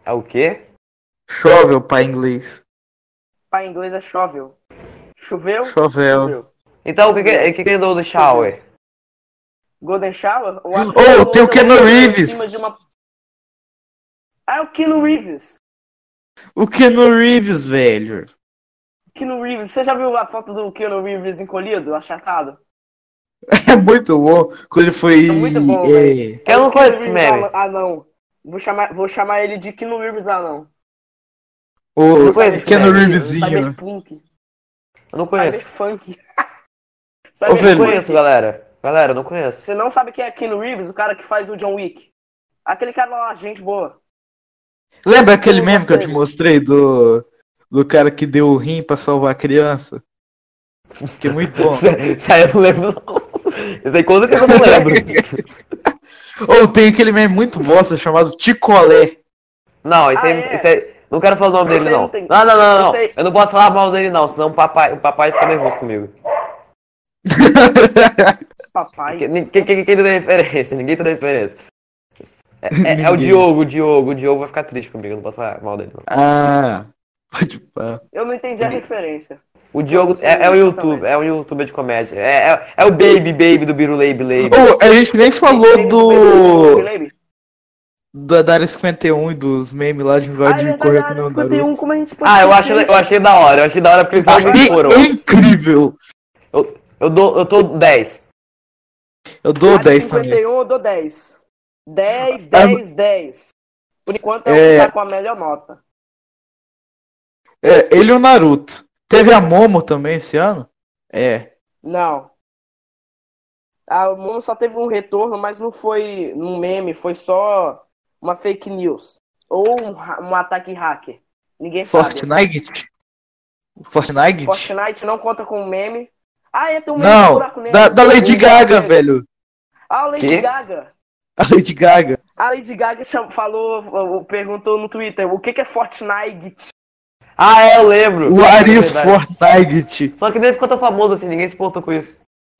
Speaker 2: É o quê?
Speaker 1: Chovel, pai inglês.
Speaker 3: Pra inglês é chovel. Choveu?
Speaker 1: Chovel.
Speaker 3: Choveu.
Speaker 2: Então o que, que, é- o que, que é Golden Shower?
Speaker 3: Golden Shower? Ou a-
Speaker 1: Oh, tem o Keanu
Speaker 3: em
Speaker 1: Reeves.
Speaker 3: cima de uma- Ah, é o Keanu Reeves.
Speaker 1: O Keanu Reeves, velho.
Speaker 3: Keanu Reeves. Você já viu a foto do Keanu Reeves encolhido, achatado?
Speaker 1: É muito bom. Quando ele foi.
Speaker 3: É muito bom,
Speaker 1: é,
Speaker 2: Eu não
Speaker 3: Keanu
Speaker 2: conheço esse
Speaker 3: Reeves
Speaker 2: meme.
Speaker 3: ala- anão. Vou chamar, vou chamar ele de Keanu Reeves ah, anão.
Speaker 1: o
Speaker 2: Não conheço esse
Speaker 1: Keanu
Speaker 2: velho.
Speaker 1: Reevesinho. né?
Speaker 3: Cyberpunk.
Speaker 2: Eu não conheço.
Speaker 3: Cyberfunk.
Speaker 1: Ô,
Speaker 2: Eu não
Speaker 1: velho.
Speaker 2: conheço, galera. Galera, eu não conheço.
Speaker 3: Você não sabe quem é Keanu Reeves? O cara que faz o John Wick. Aquele cara lá, gente boa.
Speaker 1: Lembra aquele
Speaker 3: Eu
Speaker 1: meme que eu te
Speaker 3: gostei.
Speaker 1: mostrei do. Do cara que deu o rim pra salvar a criança? Que é muito bom.
Speaker 2: Isso aí eu não lembro, não. Isso aí com certeza eu não lembro.
Speaker 1: Ou tem aquele meme muito bosta chamado Ticolé.
Speaker 2: Não, esse aí,
Speaker 3: Ah, é?
Speaker 2: esse aí- Não quero falar o nome
Speaker 3: Esse
Speaker 2: dele,
Speaker 3: aí
Speaker 2: não.
Speaker 3: não tem-
Speaker 2: Não, não, não, não.
Speaker 3: Esse aí-
Speaker 2: Eu não posso falar mal dele, não, senão o papai, o papai fica nervoso comigo.
Speaker 3: Papai.
Speaker 2: Quem, quem, quem, quem tá dando referência? Ninguém tá dando referência. É, é- é o Diogo, o Diogo, o Diogo vai ficar triste comigo, eu não posso falar mal dele, não.
Speaker 1: ah. Pode pá.
Speaker 3: Eu não entendi a referência.
Speaker 2: O Diogo é, é um YouTube, é um youtuber de comédia. É, é, é o Baby Baby do Biruleibe Leibe.
Speaker 1: Ou a gente nem falou
Speaker 3: um
Speaker 1: do.
Speaker 3: Lembra?
Speaker 1: Da da área 51 e dos memes lá de
Speaker 3: Ah, é
Speaker 1: invadir
Speaker 3: verdade,
Speaker 1: correr com
Speaker 3: área
Speaker 1: o
Speaker 3: 51, como a gente pode
Speaker 2: Ah, eu
Speaker 3: esquecer?
Speaker 2: achei, eu achei da
Speaker 1: Ah,
Speaker 3: Assim?
Speaker 1: é
Speaker 2: hora, eu achei da hora porque eles
Speaker 1: Achei
Speaker 2: não foram.
Speaker 1: incrível!
Speaker 2: Eu, eu, dou, eu tô 10.
Speaker 1: Eu dou
Speaker 3: Área
Speaker 1: 10 também.
Speaker 3: 51, eu dou 10. 10,
Speaker 1: Ah,
Speaker 3: 10, 10. Por enquanto é o que
Speaker 1: É.
Speaker 3: tá com a melhor nota.
Speaker 1: É, ele e o Naruto. Teve a Momo também esse ano? É.
Speaker 3: Não. A Momo só teve um retorno, mas não foi num meme, foi só uma fake news. Ou um, ha- um ataque hacker. Ninguém sabe. né?
Speaker 1: Fortnite? Fortnite?
Speaker 3: Fortnite não conta com um meme. Ah, é, tem um meme do
Speaker 1: Não,
Speaker 3: buraco negro.
Speaker 1: da, da Lady
Speaker 3: Um
Speaker 1: Gaga,
Speaker 3: buraco negro.
Speaker 1: velho.
Speaker 3: Ah, o Lady
Speaker 2: Quê?
Speaker 3: Gaga.
Speaker 1: A Lady Gaga.
Speaker 3: A Lady Gaga cham- falou, perguntou no Twitter, o que que é Fortnite?
Speaker 2: Ah, é, eu lembro.
Speaker 1: What
Speaker 2: É
Speaker 1: is
Speaker 2: verdade.
Speaker 1: Fortnite?
Speaker 2: Só que nem ficou tão famoso assim, ninguém se importou com isso.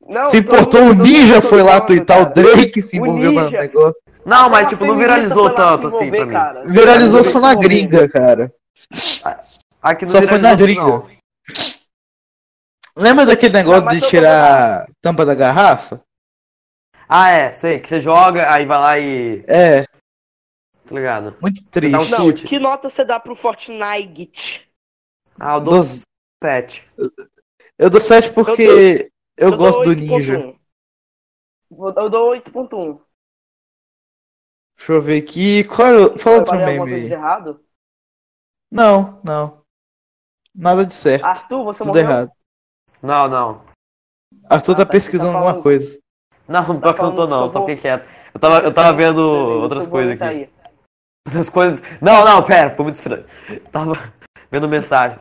Speaker 3: Não,
Speaker 1: Se
Speaker 3: todo
Speaker 1: importou, o
Speaker 3: mundo- todo
Speaker 1: Ninja
Speaker 3: mundo
Speaker 1: foi lá
Speaker 3: falando,
Speaker 1: tuitar o
Speaker 3: cara.
Speaker 1: Drake se
Speaker 3: O
Speaker 1: envolveu no
Speaker 3: Ninja.
Speaker 1: negócio.
Speaker 2: Não,
Speaker 3: Uma
Speaker 2: mas tipo, não
Speaker 3: feminista
Speaker 2: viralizou
Speaker 3: foi lá se
Speaker 2: tanto assim
Speaker 3: envolver,
Speaker 2: pra mim.
Speaker 3: cara.
Speaker 1: Viralizou só na
Speaker 3: Se envolver.
Speaker 1: gringa, cara.
Speaker 2: Aqui não
Speaker 1: Só foi na
Speaker 2: viralizou,
Speaker 1: gringa. Lembra daquele negócio
Speaker 3: mas
Speaker 1: de
Speaker 3: eu tô
Speaker 1: tirar a tampa da garrafa?
Speaker 2: não. Ah, é, sei, que você joga, aí vai lá e.
Speaker 1: É,
Speaker 2: Tá ligado?
Speaker 1: muito
Speaker 2: Dá um
Speaker 1: triste.
Speaker 3: Não,
Speaker 2: chute.
Speaker 3: que nota você dá pro Fortnite?
Speaker 2: Ah, eu dou
Speaker 1: Doze.
Speaker 2: 7.
Speaker 1: Eu dou 7 porque eu,
Speaker 3: dou
Speaker 1: gosto do
Speaker 3: 8.1.
Speaker 1: Ninja.
Speaker 3: Vou- Eu dou 8.1.
Speaker 1: Deixa eu ver aqui. Qual era o- Fala
Speaker 3: Eu
Speaker 1: outro
Speaker 3: falei alguma
Speaker 1: meme
Speaker 3: coisa de
Speaker 1: aí.
Speaker 3: errado?
Speaker 1: Não, não. Nada de certo.
Speaker 3: Arthur, você
Speaker 1: Tudo
Speaker 3: morreu?
Speaker 1: errado.
Speaker 2: Não, não.
Speaker 1: Arthur
Speaker 3: Ah,
Speaker 1: tá
Speaker 3: tá, você tá
Speaker 1: pesquisando alguma
Speaker 3: falando-
Speaker 1: coisa.
Speaker 2: Não,
Speaker 3: Tá
Speaker 2: pior que eu não tô
Speaker 3: falando que
Speaker 2: não,
Speaker 3: sou
Speaker 2: só
Speaker 3: bom.
Speaker 2: fiquei quieto. Eu tava, eu tava vendo
Speaker 3: Beleza,
Speaker 2: outras
Speaker 3: Tá seu bolo
Speaker 2: coisas
Speaker 3: tá
Speaker 2: aqui.
Speaker 3: aí.
Speaker 2: Outras coisas. Não, não, pera, foi muito estranho. Tava vendo mensagem.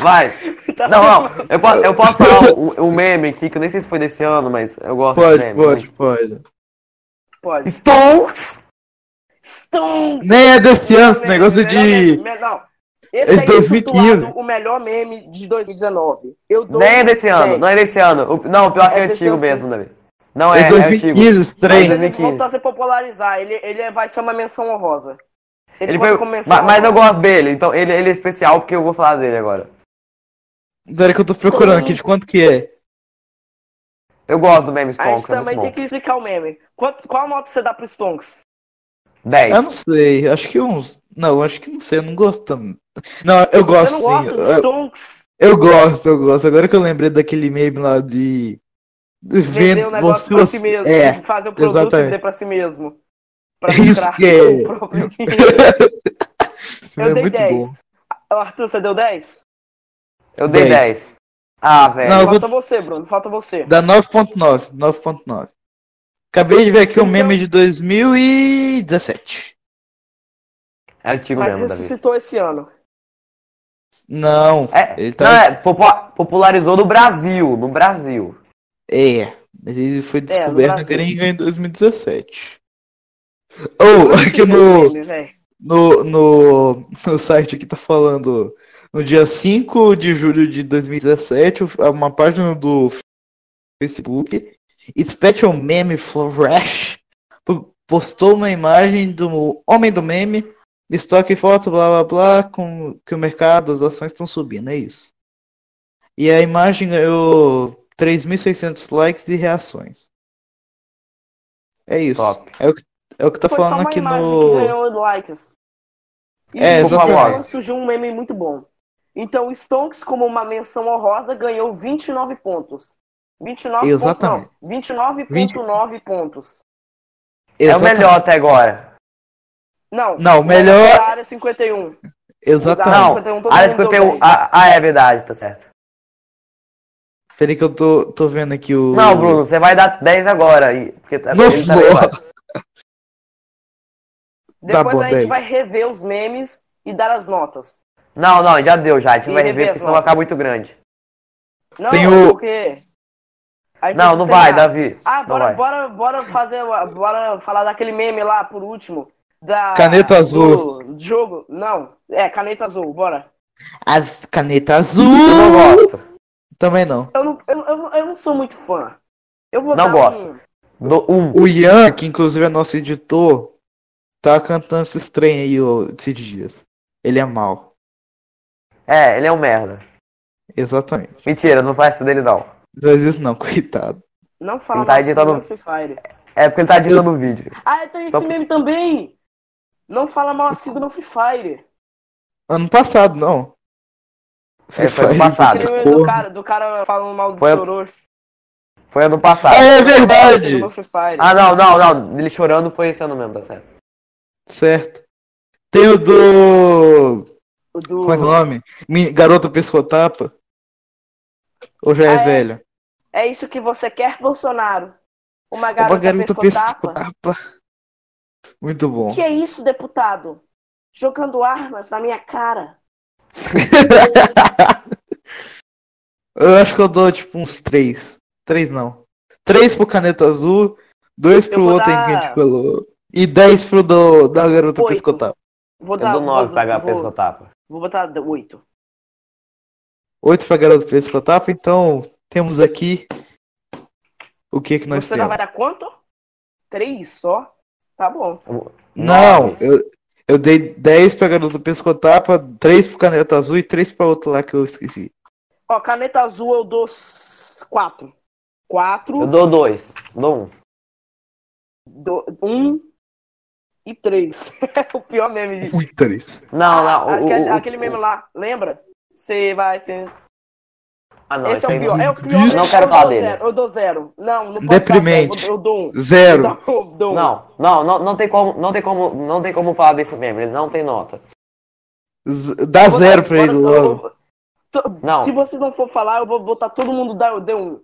Speaker 2: Vai.
Speaker 3: Tá
Speaker 2: Não, não. Eu posso, eu posso falar um, um meme aqui, que eu nem sei se foi desse ano, mas eu gosto de
Speaker 1: Pode,
Speaker 2: meme. né?
Speaker 1: pode, pode.
Speaker 3: Pode.
Speaker 2: Estou!
Speaker 3: Estão...
Speaker 1: Nem é desse ano, esse negócio
Speaker 3: Melhor meme,
Speaker 1: de.
Speaker 3: me- Não. Esse
Speaker 1: É de
Speaker 3: aí é
Speaker 1: 2015.
Speaker 3: intitulado o melhor meme de 2019. Eu dou
Speaker 2: Nem é desse ano,
Speaker 3: 10.
Speaker 2: não é desse ano. O- não, o pior que é,
Speaker 3: É desse
Speaker 2: antigo
Speaker 3: ano, sim.
Speaker 2: mesmo, Davi. Não é,
Speaker 1: É
Speaker 2: é antigo.
Speaker 1: 2015, esse
Speaker 3: Mas
Speaker 1: trem.
Speaker 3: ele
Speaker 2: 2015.
Speaker 3: voltou a se popularizar. Ele, ele vai ser uma menção honrosa.
Speaker 2: Ele
Speaker 3: volta
Speaker 2: foi,
Speaker 3: como
Speaker 2: mas,
Speaker 3: menção
Speaker 2: mas eu
Speaker 3: honrosa.
Speaker 2: gosto dele, então ele, ele é especial porque eu vou falar dele agora.
Speaker 3: é
Speaker 1: Peraí que eu tô procurando aqui de quanto que é.
Speaker 2: Eu gosto do meme
Speaker 3: A
Speaker 2: Stonks,
Speaker 3: gente
Speaker 2: é muito
Speaker 3: também
Speaker 2: bom.
Speaker 3: tem que explicar o meme. Quanto- qual nota você dá pro Stonks?
Speaker 2: 10.
Speaker 1: Eu não sei, acho que uns. Não, acho que não sei, eu não gosto também. Não, eu
Speaker 3: Você
Speaker 1: gosto
Speaker 3: não
Speaker 1: sim.
Speaker 3: gosta de
Speaker 1: Tipo assim, Eu,
Speaker 3: Stonks?
Speaker 1: eu gosto, eu gosto. Agora que eu lembrei daquele meme lá de. de
Speaker 3: Vender o um negócio pra si mesmo.
Speaker 1: É.
Speaker 3: fazer o produto
Speaker 1: exatamente.
Speaker 3: e vender pra si mesmo. Pra
Speaker 1: Isso
Speaker 3: lucrar
Speaker 1: que é.
Speaker 3: com o próprio dinheiro.
Speaker 1: Esse
Speaker 3: Eu
Speaker 1: meme é
Speaker 3: dei
Speaker 1: muito
Speaker 3: 10.
Speaker 1: bom.
Speaker 3: Arthur, você deu 10?
Speaker 2: Eu dei 10.
Speaker 1: Dez.
Speaker 2: Ah, velho.
Speaker 1: Não, eu vou-
Speaker 3: Falta você, Bruno. Falta você.
Speaker 1: Dá 9.9, 9.9. Acabei de ver aqui um
Speaker 3: Então-
Speaker 1: meme de 2017.
Speaker 2: É antigo
Speaker 3: Mas
Speaker 2: mesmo, Davi.
Speaker 3: ressuscitou esse ano.
Speaker 1: Não,
Speaker 2: É,
Speaker 1: ele tá.
Speaker 2: Não, é, popu- popularizou no Brasil, no Brasil.
Speaker 1: É, mas ele foi descoberto na
Speaker 3: Brasil.
Speaker 1: gringa em 2017. Ou, aqui no,
Speaker 3: Meme, véi.
Speaker 1: no, no, no site aqui tá falando. No dia 5 de julho de 2017, uma página do Facebook, Special Meme Flash, po- postou uma imagem do homem do meme, estoque foto, blá blá blá, com que o mercado, as ações estão subindo, é isso. E a imagem ganhou 3.600 likes e reações. É isso.
Speaker 2: Top.
Speaker 1: É o que, é o que tá
Speaker 3: Foi só
Speaker 1: falando
Speaker 3: uma
Speaker 1: aqui
Speaker 3: imagem
Speaker 1: no.
Speaker 3: que ganhou likes. E
Speaker 1: É,
Speaker 3: depois
Speaker 1: exatamente.
Speaker 3: surgiu um meme muito bom. Então, Stonks, como uma menção honrosa, ganhou 29 pontos. 29
Speaker 1: Exatamente.
Speaker 3: pontos, não. 29.9 pontos.
Speaker 2: É o
Speaker 1: Exatamente.
Speaker 2: melhor até agora.
Speaker 3: Não,
Speaker 1: Não,
Speaker 3: o
Speaker 1: melhor-
Speaker 3: foi a área 51.
Speaker 2: Tá
Speaker 1: Exatamente.
Speaker 3: Não,
Speaker 2: Não,
Speaker 3: 51, todo
Speaker 2: área
Speaker 3: mundo deu
Speaker 2: 51.
Speaker 3: 10.
Speaker 2: Ah, ah, é verdade, tá certo.
Speaker 1: Peraí que eu tô, tô vendo aqui o.
Speaker 2: Não, Bruno, você vai dar 10 agora. aí, Porque tá-
Speaker 1: Não
Speaker 2: ele tá
Speaker 1: vou.
Speaker 2: melhor.
Speaker 1: Tá
Speaker 3: Depois
Speaker 1: bom,
Speaker 3: a gente
Speaker 1: 10.
Speaker 3: vai rever os memes e dar as notas.
Speaker 2: Não, não, já deu já. A gente
Speaker 3: E
Speaker 2: vai rever,
Speaker 3: rever É
Speaker 2: porque
Speaker 3: as
Speaker 2: senão vai ficar
Speaker 3: notas.
Speaker 2: muito grande.
Speaker 3: Não,
Speaker 1: Tem
Speaker 3: é
Speaker 1: o-
Speaker 3: porque... a gente
Speaker 2: Não, não
Speaker 3: precisa
Speaker 2: vai,
Speaker 3: treinar.
Speaker 2: Davi.
Speaker 3: Ah,
Speaker 2: Não
Speaker 3: bora,
Speaker 2: vai.
Speaker 3: bora, bora fazer, bora falar daquele meme lá por último. Da,
Speaker 1: Caneta
Speaker 3: do
Speaker 1: azul.
Speaker 3: jogo, não, é caneta azul, bora.
Speaker 1: As caneta
Speaker 2: Eu não
Speaker 1: azul!
Speaker 2: gosto.
Speaker 1: Também não.
Speaker 3: Eu não, eu, eu, eu não sou muito fã. Eu vou
Speaker 2: Não
Speaker 3: dar
Speaker 2: gosto.
Speaker 3: um.
Speaker 2: Do um.
Speaker 1: O Ian, que inclusive é nosso editor, tá cantando esses trem aí ô, esses dias. Ele é mau.
Speaker 2: É, ele é um merda.
Speaker 1: Exatamente.
Speaker 2: Mentira, não faz isso dele não.
Speaker 1: Às vezes não, coitado.
Speaker 3: Não fala
Speaker 2: Ele tá
Speaker 3: mal assim
Speaker 2: editando-
Speaker 3: do Free Fire.
Speaker 2: É porque ele tá editando o vídeo.
Speaker 3: Ah, tem esse
Speaker 2: Só-
Speaker 3: meme também. Não fala mal assim do Free Fire.
Speaker 1: Ano passado, não.
Speaker 2: É, foi
Speaker 1: Free
Speaker 2: ano
Speaker 1: Fire,
Speaker 2: passado.
Speaker 1: que
Speaker 3: Aquele meme do
Speaker 1: porra.
Speaker 3: cara, do cara falando mal do
Speaker 2: Ah, Foi-
Speaker 3: Choroxo.
Speaker 2: Foi ano passado.
Speaker 1: É
Speaker 3: Esse
Speaker 1: verdade!
Speaker 3: do Free Fire.
Speaker 2: Ah, não, não, não. Ele chorando foi esse ano mesmo, tá certo.
Speaker 1: Certo. Tem o do.
Speaker 3: O do...
Speaker 1: Como é o nome? Mi- Garota Pescotapa? Ou já é
Speaker 3: Ah, é.
Speaker 1: velha?
Speaker 3: É isso que você quer, Bolsonaro? Uma garota,
Speaker 1: Uma garota
Speaker 3: é pescotapa?
Speaker 1: pescotapa. Muito bom.
Speaker 3: Que é isso, deputado? Jogando armas na minha cara.
Speaker 1: Eu acho que eu dou tipo uns três. Três não. Três pro Caneta Azul, dois pro
Speaker 3: vou
Speaker 1: outro em
Speaker 3: dar-
Speaker 1: que a gente falou. E dez pro do, da Garota
Speaker 3: Oito.
Speaker 1: Pescotapa.
Speaker 3: Vou
Speaker 2: Eu
Speaker 3: dar um
Speaker 2: dou 9
Speaker 3: vou,
Speaker 2: pra HP
Speaker 3: vou,
Speaker 2: Escotapa.
Speaker 3: vou botar oito.
Speaker 1: Oito pra Garota Pescotapa, então temos aqui. O que que nós
Speaker 3: Você não
Speaker 1: temos?
Speaker 3: vai dar quanto? Três só? Tá bom.
Speaker 1: Não, eu, eu dei 10 pra garota pescotapa, 3 pro caneta azul e 3 pra outro lá que eu esqueci.
Speaker 3: Ó, caneta azul eu dou s- quatro.
Speaker 2: Eu
Speaker 3: Quatro,
Speaker 2: dou 2. Dou 1.
Speaker 3: do- um e três. É o pior meme de...
Speaker 1: Ui, 3.
Speaker 2: Não, não. o-
Speaker 3: Ah, aquele,
Speaker 2: o- o-
Speaker 3: aquele meme lá, lembra? Você vai ser.
Speaker 2: Ah, não.
Speaker 3: Esse é o
Speaker 2: aí
Speaker 3: pior.
Speaker 1: não.
Speaker 3: É o pior.
Speaker 1: Isso.
Speaker 2: Não
Speaker 3: meme,
Speaker 2: quero
Speaker 3: eu
Speaker 2: falar
Speaker 3: dou
Speaker 2: dele.
Speaker 3: zero, Eu dou zero. Não, não pode
Speaker 1: Deprimente.
Speaker 3: dar zero, Eu dou um.
Speaker 1: Zero.
Speaker 3: Eu dou- eu dou um.
Speaker 2: Não, não, não, não tem como, não tem como, não tem como falar desse meme, ele não tem nota.
Speaker 1: Z- Dá
Speaker 3: Vou
Speaker 1: zero
Speaker 3: dar-
Speaker 1: pra ele
Speaker 3: bora-
Speaker 1: logo.
Speaker 3: eu- to-
Speaker 2: Não.
Speaker 3: Se vocês não for falar, eu vou botar todo mundo dar, eu dei um.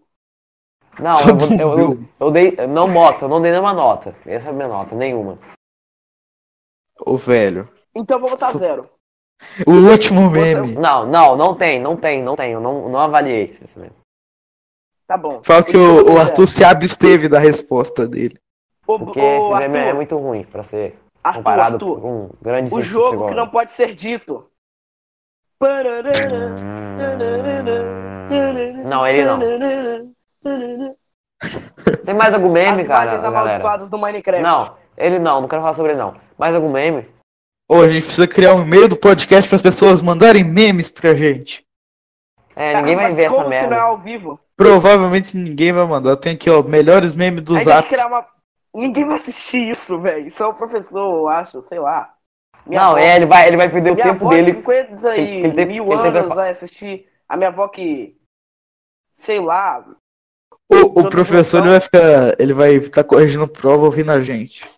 Speaker 2: Não, eu, vou- eu, eu, eu dei, não nota, eu não dei nenhuma nota. Essa é a minha nota, nenhuma.
Speaker 1: Ô, velho.
Speaker 3: Então eu vou botar zero.
Speaker 1: O último
Speaker 3: Você-
Speaker 1: meme.
Speaker 2: Não, não, não tem, não tem, não tem, eu não, não avaliei esse meme.
Speaker 3: Tá bom.
Speaker 1: Fala que
Speaker 3: Esse eu
Speaker 1: o,
Speaker 3: dou
Speaker 1: o
Speaker 3: zero.
Speaker 1: Arthur se absteve da resposta dele.
Speaker 3: Ô,
Speaker 2: Porque
Speaker 3: ô,
Speaker 2: esse meme
Speaker 3: Arthur,
Speaker 2: é muito ruim pra ser
Speaker 3: Arthur,
Speaker 2: comparado
Speaker 3: Arthur,
Speaker 2: com um grande
Speaker 3: o
Speaker 2: cientista
Speaker 3: jogo
Speaker 2: igual
Speaker 3: que
Speaker 2: eu.
Speaker 3: não pode ser dito. Pararara, tararara, tararara,
Speaker 2: Não, ele não.
Speaker 3: tararara, tararara.
Speaker 2: Tem mais algum
Speaker 3: As
Speaker 2: meme, cara?
Speaker 3: imagens
Speaker 2: Galera?
Speaker 3: amaldiçoadas do Minecraft.
Speaker 2: Não, ele não, não quero falar sobre ele não. Mais algum meme?
Speaker 1: Ô, a gente precisa criar um e-mail do podcast para as pessoas mandarem memes pra gente.
Speaker 2: É,
Speaker 3: Cara,
Speaker 2: ninguém vai
Speaker 3: mas
Speaker 2: ver essa
Speaker 3: como se não é
Speaker 2: merda.
Speaker 3: ao vivo?
Speaker 1: Provavelmente ninguém vai mandar. Tem aqui, ó, melhores memes do
Speaker 3: Aí tem que
Speaker 1: Zap.
Speaker 3: criar uma... Ninguém vai assistir isso, velho. Só o professor, eu acho, sei lá. Minha
Speaker 2: Não,
Speaker 3: avó-
Speaker 2: é, ele vai, ele vai perder o
Speaker 3: Minha
Speaker 2: tempo
Speaker 3: avó de
Speaker 2: dele.
Speaker 3: 50 e
Speaker 2: Ele- ele teve-
Speaker 3: mil
Speaker 2: ele teve-
Speaker 3: anos vai assistir a minha avó que. Sei lá.
Speaker 1: O, o
Speaker 3: Todo
Speaker 1: professor ele
Speaker 3: mundo
Speaker 1: vai ficar. Ele vai estar corrigindo prova ouvindo a gente.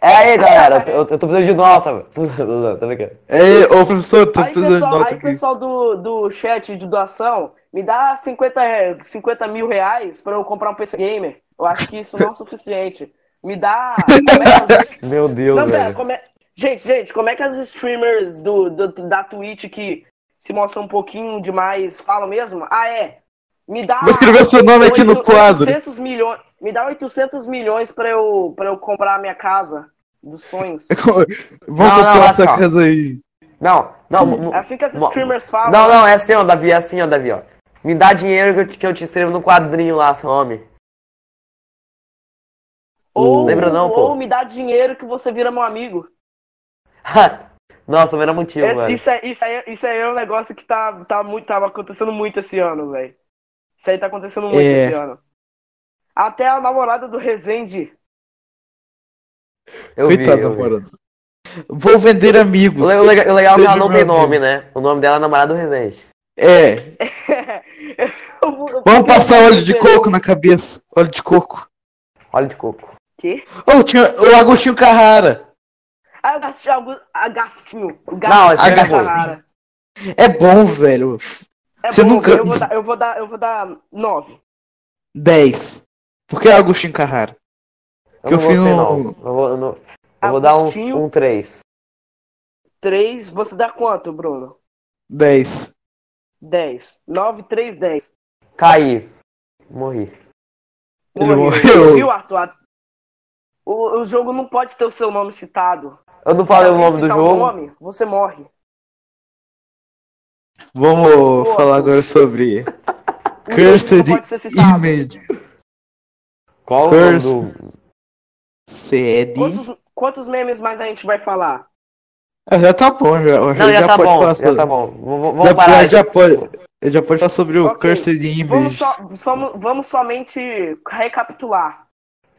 Speaker 2: É aí, galera, eu, eu tô precisando de nota, velho. Tá brincando.
Speaker 1: É, ô professor, eu tô
Speaker 3: Aí,
Speaker 1: precisando de
Speaker 3: pessoal,
Speaker 1: nota
Speaker 3: aí,
Speaker 1: aqui.
Speaker 3: pessoal do, do chat de doação, me dá 50, re- 50 mil reais pra eu comprar um PC Gamer. Eu acho que isso não é o suficiente. Me dá. Como é que as-
Speaker 2: Meu Deus,
Speaker 3: não, pera,
Speaker 2: velho.
Speaker 3: como é... Gente, gente, como é que as streamers do, do- da Twitch que se mostram um pouquinho demais falam mesmo? Ah, é. Me dá.
Speaker 1: Vou escrever seu nome aqui no quadro.
Speaker 3: 800 milhões, me dá 800 milhões pra eu, pra eu comprar a minha casa dos sonhos.
Speaker 1: Vamos
Speaker 2: Não, não,
Speaker 1: comprar
Speaker 2: olha
Speaker 1: essa
Speaker 2: só.
Speaker 1: casa aí.
Speaker 2: Não, não, mo- mo-
Speaker 3: É assim que as
Speaker 2: mo-
Speaker 3: streamers falam.
Speaker 2: Não, não, é assim, ó, Davi, é assim, ó, Davi, ó. Me dá dinheiro que eu te, que eu te escrevo no quadrinho lá, seu homem.
Speaker 3: Ou,
Speaker 2: Lembra não, pô?
Speaker 3: ou me dá dinheiro que você vira meu amigo.
Speaker 2: Nossa, o melhor motivo,
Speaker 3: Esse-
Speaker 2: velho.
Speaker 3: isso, é, isso, aí, isso aí é um negócio que tá, tá muito, tava acontecendo muito esse ano, velho. Isso aí tá acontecendo muito
Speaker 1: É.
Speaker 3: esse ano. Até a namorada do Rezende.
Speaker 2: Eu vi,
Speaker 1: Coitado,
Speaker 2: eu vi.
Speaker 1: mano. Vou vender
Speaker 2: O,
Speaker 1: amigos.
Speaker 2: le- o legal, o legal é que ela
Speaker 1: Seja
Speaker 2: não
Speaker 1: meu
Speaker 2: tem
Speaker 1: amigo.
Speaker 2: nome, né? O nome dela é namorada do Rezende.
Speaker 1: É.
Speaker 3: Eu vou- eu vou-
Speaker 1: Vamos passar
Speaker 2: um
Speaker 1: óleo de coco na cabeça. Óleo de coco.
Speaker 2: Olha de coco.
Speaker 3: Quê?
Speaker 1: Ô, tinha o Agostinho Carrara.
Speaker 3: Ah, eu gastei algo. Ah, gastinho. O
Speaker 2: Não, esse
Speaker 3: gastinho
Speaker 1: é
Speaker 3: da
Speaker 1: ruim.
Speaker 3: Carrara.
Speaker 1: É bom, velho.
Speaker 3: É
Speaker 1: Você
Speaker 3: bom,
Speaker 1: nunca-
Speaker 3: eu vou dar, eu vou dar, eu vou dar nove.
Speaker 1: 10. Por que Agostinho Carrara?
Speaker 2: Eu
Speaker 1: Que
Speaker 2: não
Speaker 1: eu fiz
Speaker 2: gostei,
Speaker 1: um-
Speaker 2: não. Eu vou, eu não- eu vou dar
Speaker 3: Agostinho.
Speaker 2: um, um 3.
Speaker 3: Três, você dá quanto, Bruno?
Speaker 1: 10.
Speaker 3: Dez. Nove, três, dez.
Speaker 2: Caí. Morri.
Speaker 1: Ele morreu.
Speaker 3: Viu, Arthur? O, o jogo não pode ter o seu nome citado.
Speaker 2: Eu não falei é o
Speaker 3: Alguém
Speaker 2: nome do
Speaker 3: citar um
Speaker 2: jogo.
Speaker 3: nome, você morre.
Speaker 1: Vamos
Speaker 3: Boa,
Speaker 1: falar agora sobre
Speaker 3: O Um jogo
Speaker 1: Cursed
Speaker 3: não pode ser citado.
Speaker 1: Image
Speaker 2: Qual o nome
Speaker 1: Curse.
Speaker 2: do...
Speaker 1: CD.
Speaker 3: Quantos, quantos memes mais a gente vai falar?
Speaker 1: Ah, já tá bom, já. Eu acho
Speaker 2: Não,
Speaker 1: que
Speaker 2: já, tá
Speaker 1: pode
Speaker 2: bom,
Speaker 1: falar
Speaker 2: já
Speaker 1: sobre-
Speaker 2: tá bom. V- v-
Speaker 1: Já-
Speaker 2: Vamos parar.
Speaker 1: já pode- Já pode falar sobre o
Speaker 3: Ok,
Speaker 1: Cursed Image.
Speaker 3: Vamos, só, somo- vamos somente recapitular.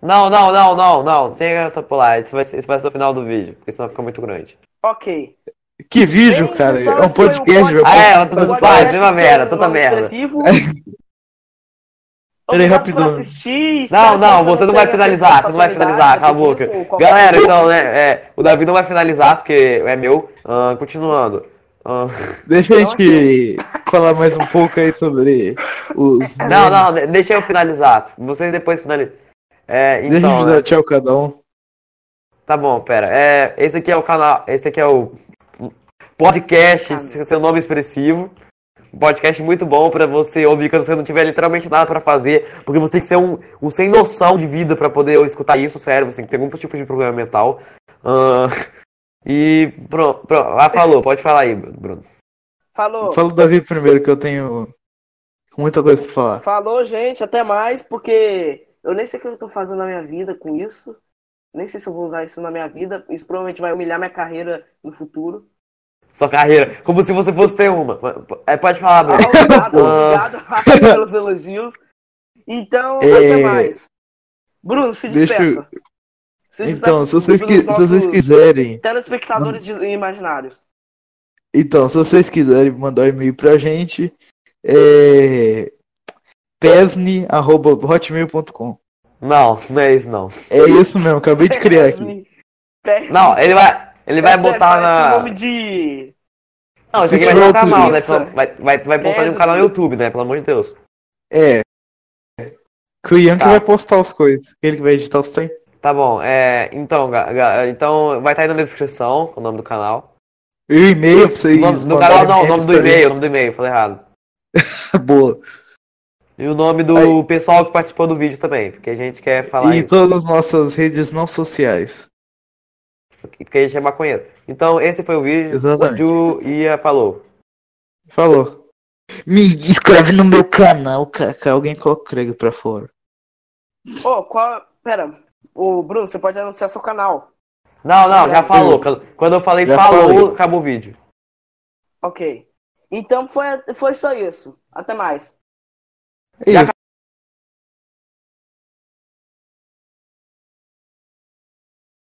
Speaker 2: Não, não, não, não, não. Chega a pular. Isso vai, ser- isso vai ser o final do vídeo, porque senão fica muito grande.
Speaker 3: Ok.
Speaker 1: Que vídeo,
Speaker 3: Bem,
Speaker 1: cara?
Speaker 3: pessoal,
Speaker 1: É um
Speaker 3: esse foi o
Speaker 1: podcast, velho.
Speaker 2: Ah, é, eu tô
Speaker 3: o
Speaker 2: do
Speaker 3: podcast
Speaker 2: pai, mesma
Speaker 3: sem
Speaker 2: merda, tanta
Speaker 3: nome
Speaker 2: merda.
Speaker 3: expressivo.
Speaker 1: Peraí,
Speaker 3: Obrigado por
Speaker 1: é rapidão.
Speaker 3: assistir.
Speaker 2: Não,
Speaker 3: espero que
Speaker 2: não, você não vai
Speaker 3: tenha
Speaker 2: finalizar, você não vai
Speaker 3: facilidade
Speaker 2: finalizar, acabou.
Speaker 3: disso,
Speaker 2: que-
Speaker 3: assim, qualquer
Speaker 2: Galera,
Speaker 3: coisa.
Speaker 2: então, né, é, o Davi não vai finalizar, porque é meu. Ahn, continuando. Ah, Ahn,
Speaker 1: Deixa a
Speaker 3: Então,
Speaker 1: gente falar mais um pouco aí sobre os.
Speaker 2: não, não, de- deixa eu finalizar. Vocês depois finalizam. É,
Speaker 1: Deixa a
Speaker 2: então,
Speaker 1: gente
Speaker 2: né,
Speaker 1: dar tchau cada um.
Speaker 2: tá bom, pera. É, esse aqui é o canal, esse aqui é o podcast, é seu nome expressivo. Um podcast muito bom pra você ouvir quando você não tiver literalmente nada pra fazer, porque você tem que ser um, um sem noção de vida pra poder escutar isso, sério, você tem que ter algum tipo de problema mental. Ahn, e pronto, pronto, ah, falou, pode falar aí, Bruno.
Speaker 3: Falou.
Speaker 1: Fala do Davi primeiro, que eu tenho muita coisa pra falar.
Speaker 3: Falou, gente, até mais, porque eu nem sei o que eu tô fazendo na minha vida com isso. Nem sei se eu vou usar isso na minha vida. Isso provavelmente vai humilhar minha carreira no futuro.
Speaker 2: Sua carreira, como se você fosse ter uma. É, pode falar,
Speaker 3: Ah,
Speaker 2: Bruno.
Speaker 3: Obrigado,
Speaker 2: Ah.
Speaker 3: obrigado Rafa, pelos elogios. Então,
Speaker 1: É.
Speaker 3: até mais. Bruno, se
Speaker 1: Deixa eu-
Speaker 3: despeça. Se
Speaker 1: Então, se
Speaker 3: dos
Speaker 1: vocês, qui- se
Speaker 3: nossos
Speaker 1: vocês quiserem.
Speaker 3: Telespectadores de- imaginários.
Speaker 1: Então, se vocês quiserem mandar um e-mail pra gente, é. pesne.hotmail.com.
Speaker 2: Não, não é isso não.
Speaker 1: É isso mesmo, acabei de criar aqui.
Speaker 3: Pe-
Speaker 2: Não, ele vai. Ele vai
Speaker 3: É sério,
Speaker 2: botar
Speaker 3: parece
Speaker 2: na.
Speaker 3: nome de.
Speaker 2: Não, isso aqui vai
Speaker 1: Fica
Speaker 2: ser um
Speaker 1: é outro
Speaker 2: canal, né?
Speaker 3: isso.
Speaker 2: Pelo- Vai, vai, vai botar em um
Speaker 3: É,
Speaker 2: canal no
Speaker 3: isso.
Speaker 2: YouTube, né? Pelo amor de Deus.
Speaker 1: É. Que o Ian que
Speaker 2: Tá.
Speaker 1: vai postar as coisas. Ele que vai editar os trem.
Speaker 2: Tá bom, é. Então, ga- ga- então vai estar aí na descrição o nome do canal.
Speaker 1: E o e-mail pra vocês.
Speaker 2: O nome do
Speaker 1: mandarem
Speaker 2: canal não, o
Speaker 1: e-mails
Speaker 2: nome do
Speaker 1: também.
Speaker 2: e-mail, o nome do e-mail, falei errado.
Speaker 1: Boa.
Speaker 2: E o nome do
Speaker 1: Aí.
Speaker 2: pessoal que participou do vídeo também, porque a gente quer falar
Speaker 1: E
Speaker 2: isso,
Speaker 1: todas as nossas redes não sociais.
Speaker 2: porque a gente é maconheiro. Então, esse foi o vídeo.
Speaker 1: Exatamente.
Speaker 2: Ju ia falou.
Speaker 1: Falou. Me inscreve no meu canal, Kaká. Alguém coloca o Craig pra fora.
Speaker 3: Ô, qual. Pera, o Bruno, você pode anunciar seu canal.
Speaker 2: Não, não, já
Speaker 3: Já
Speaker 2: falou. Quando- Quando eu falei
Speaker 1: Já
Speaker 2: falou,
Speaker 1: falei.
Speaker 2: acabou o vídeo.
Speaker 3: Ok. Então foi, foi só isso. Até mais.
Speaker 1: É
Speaker 2: Já
Speaker 1: isso.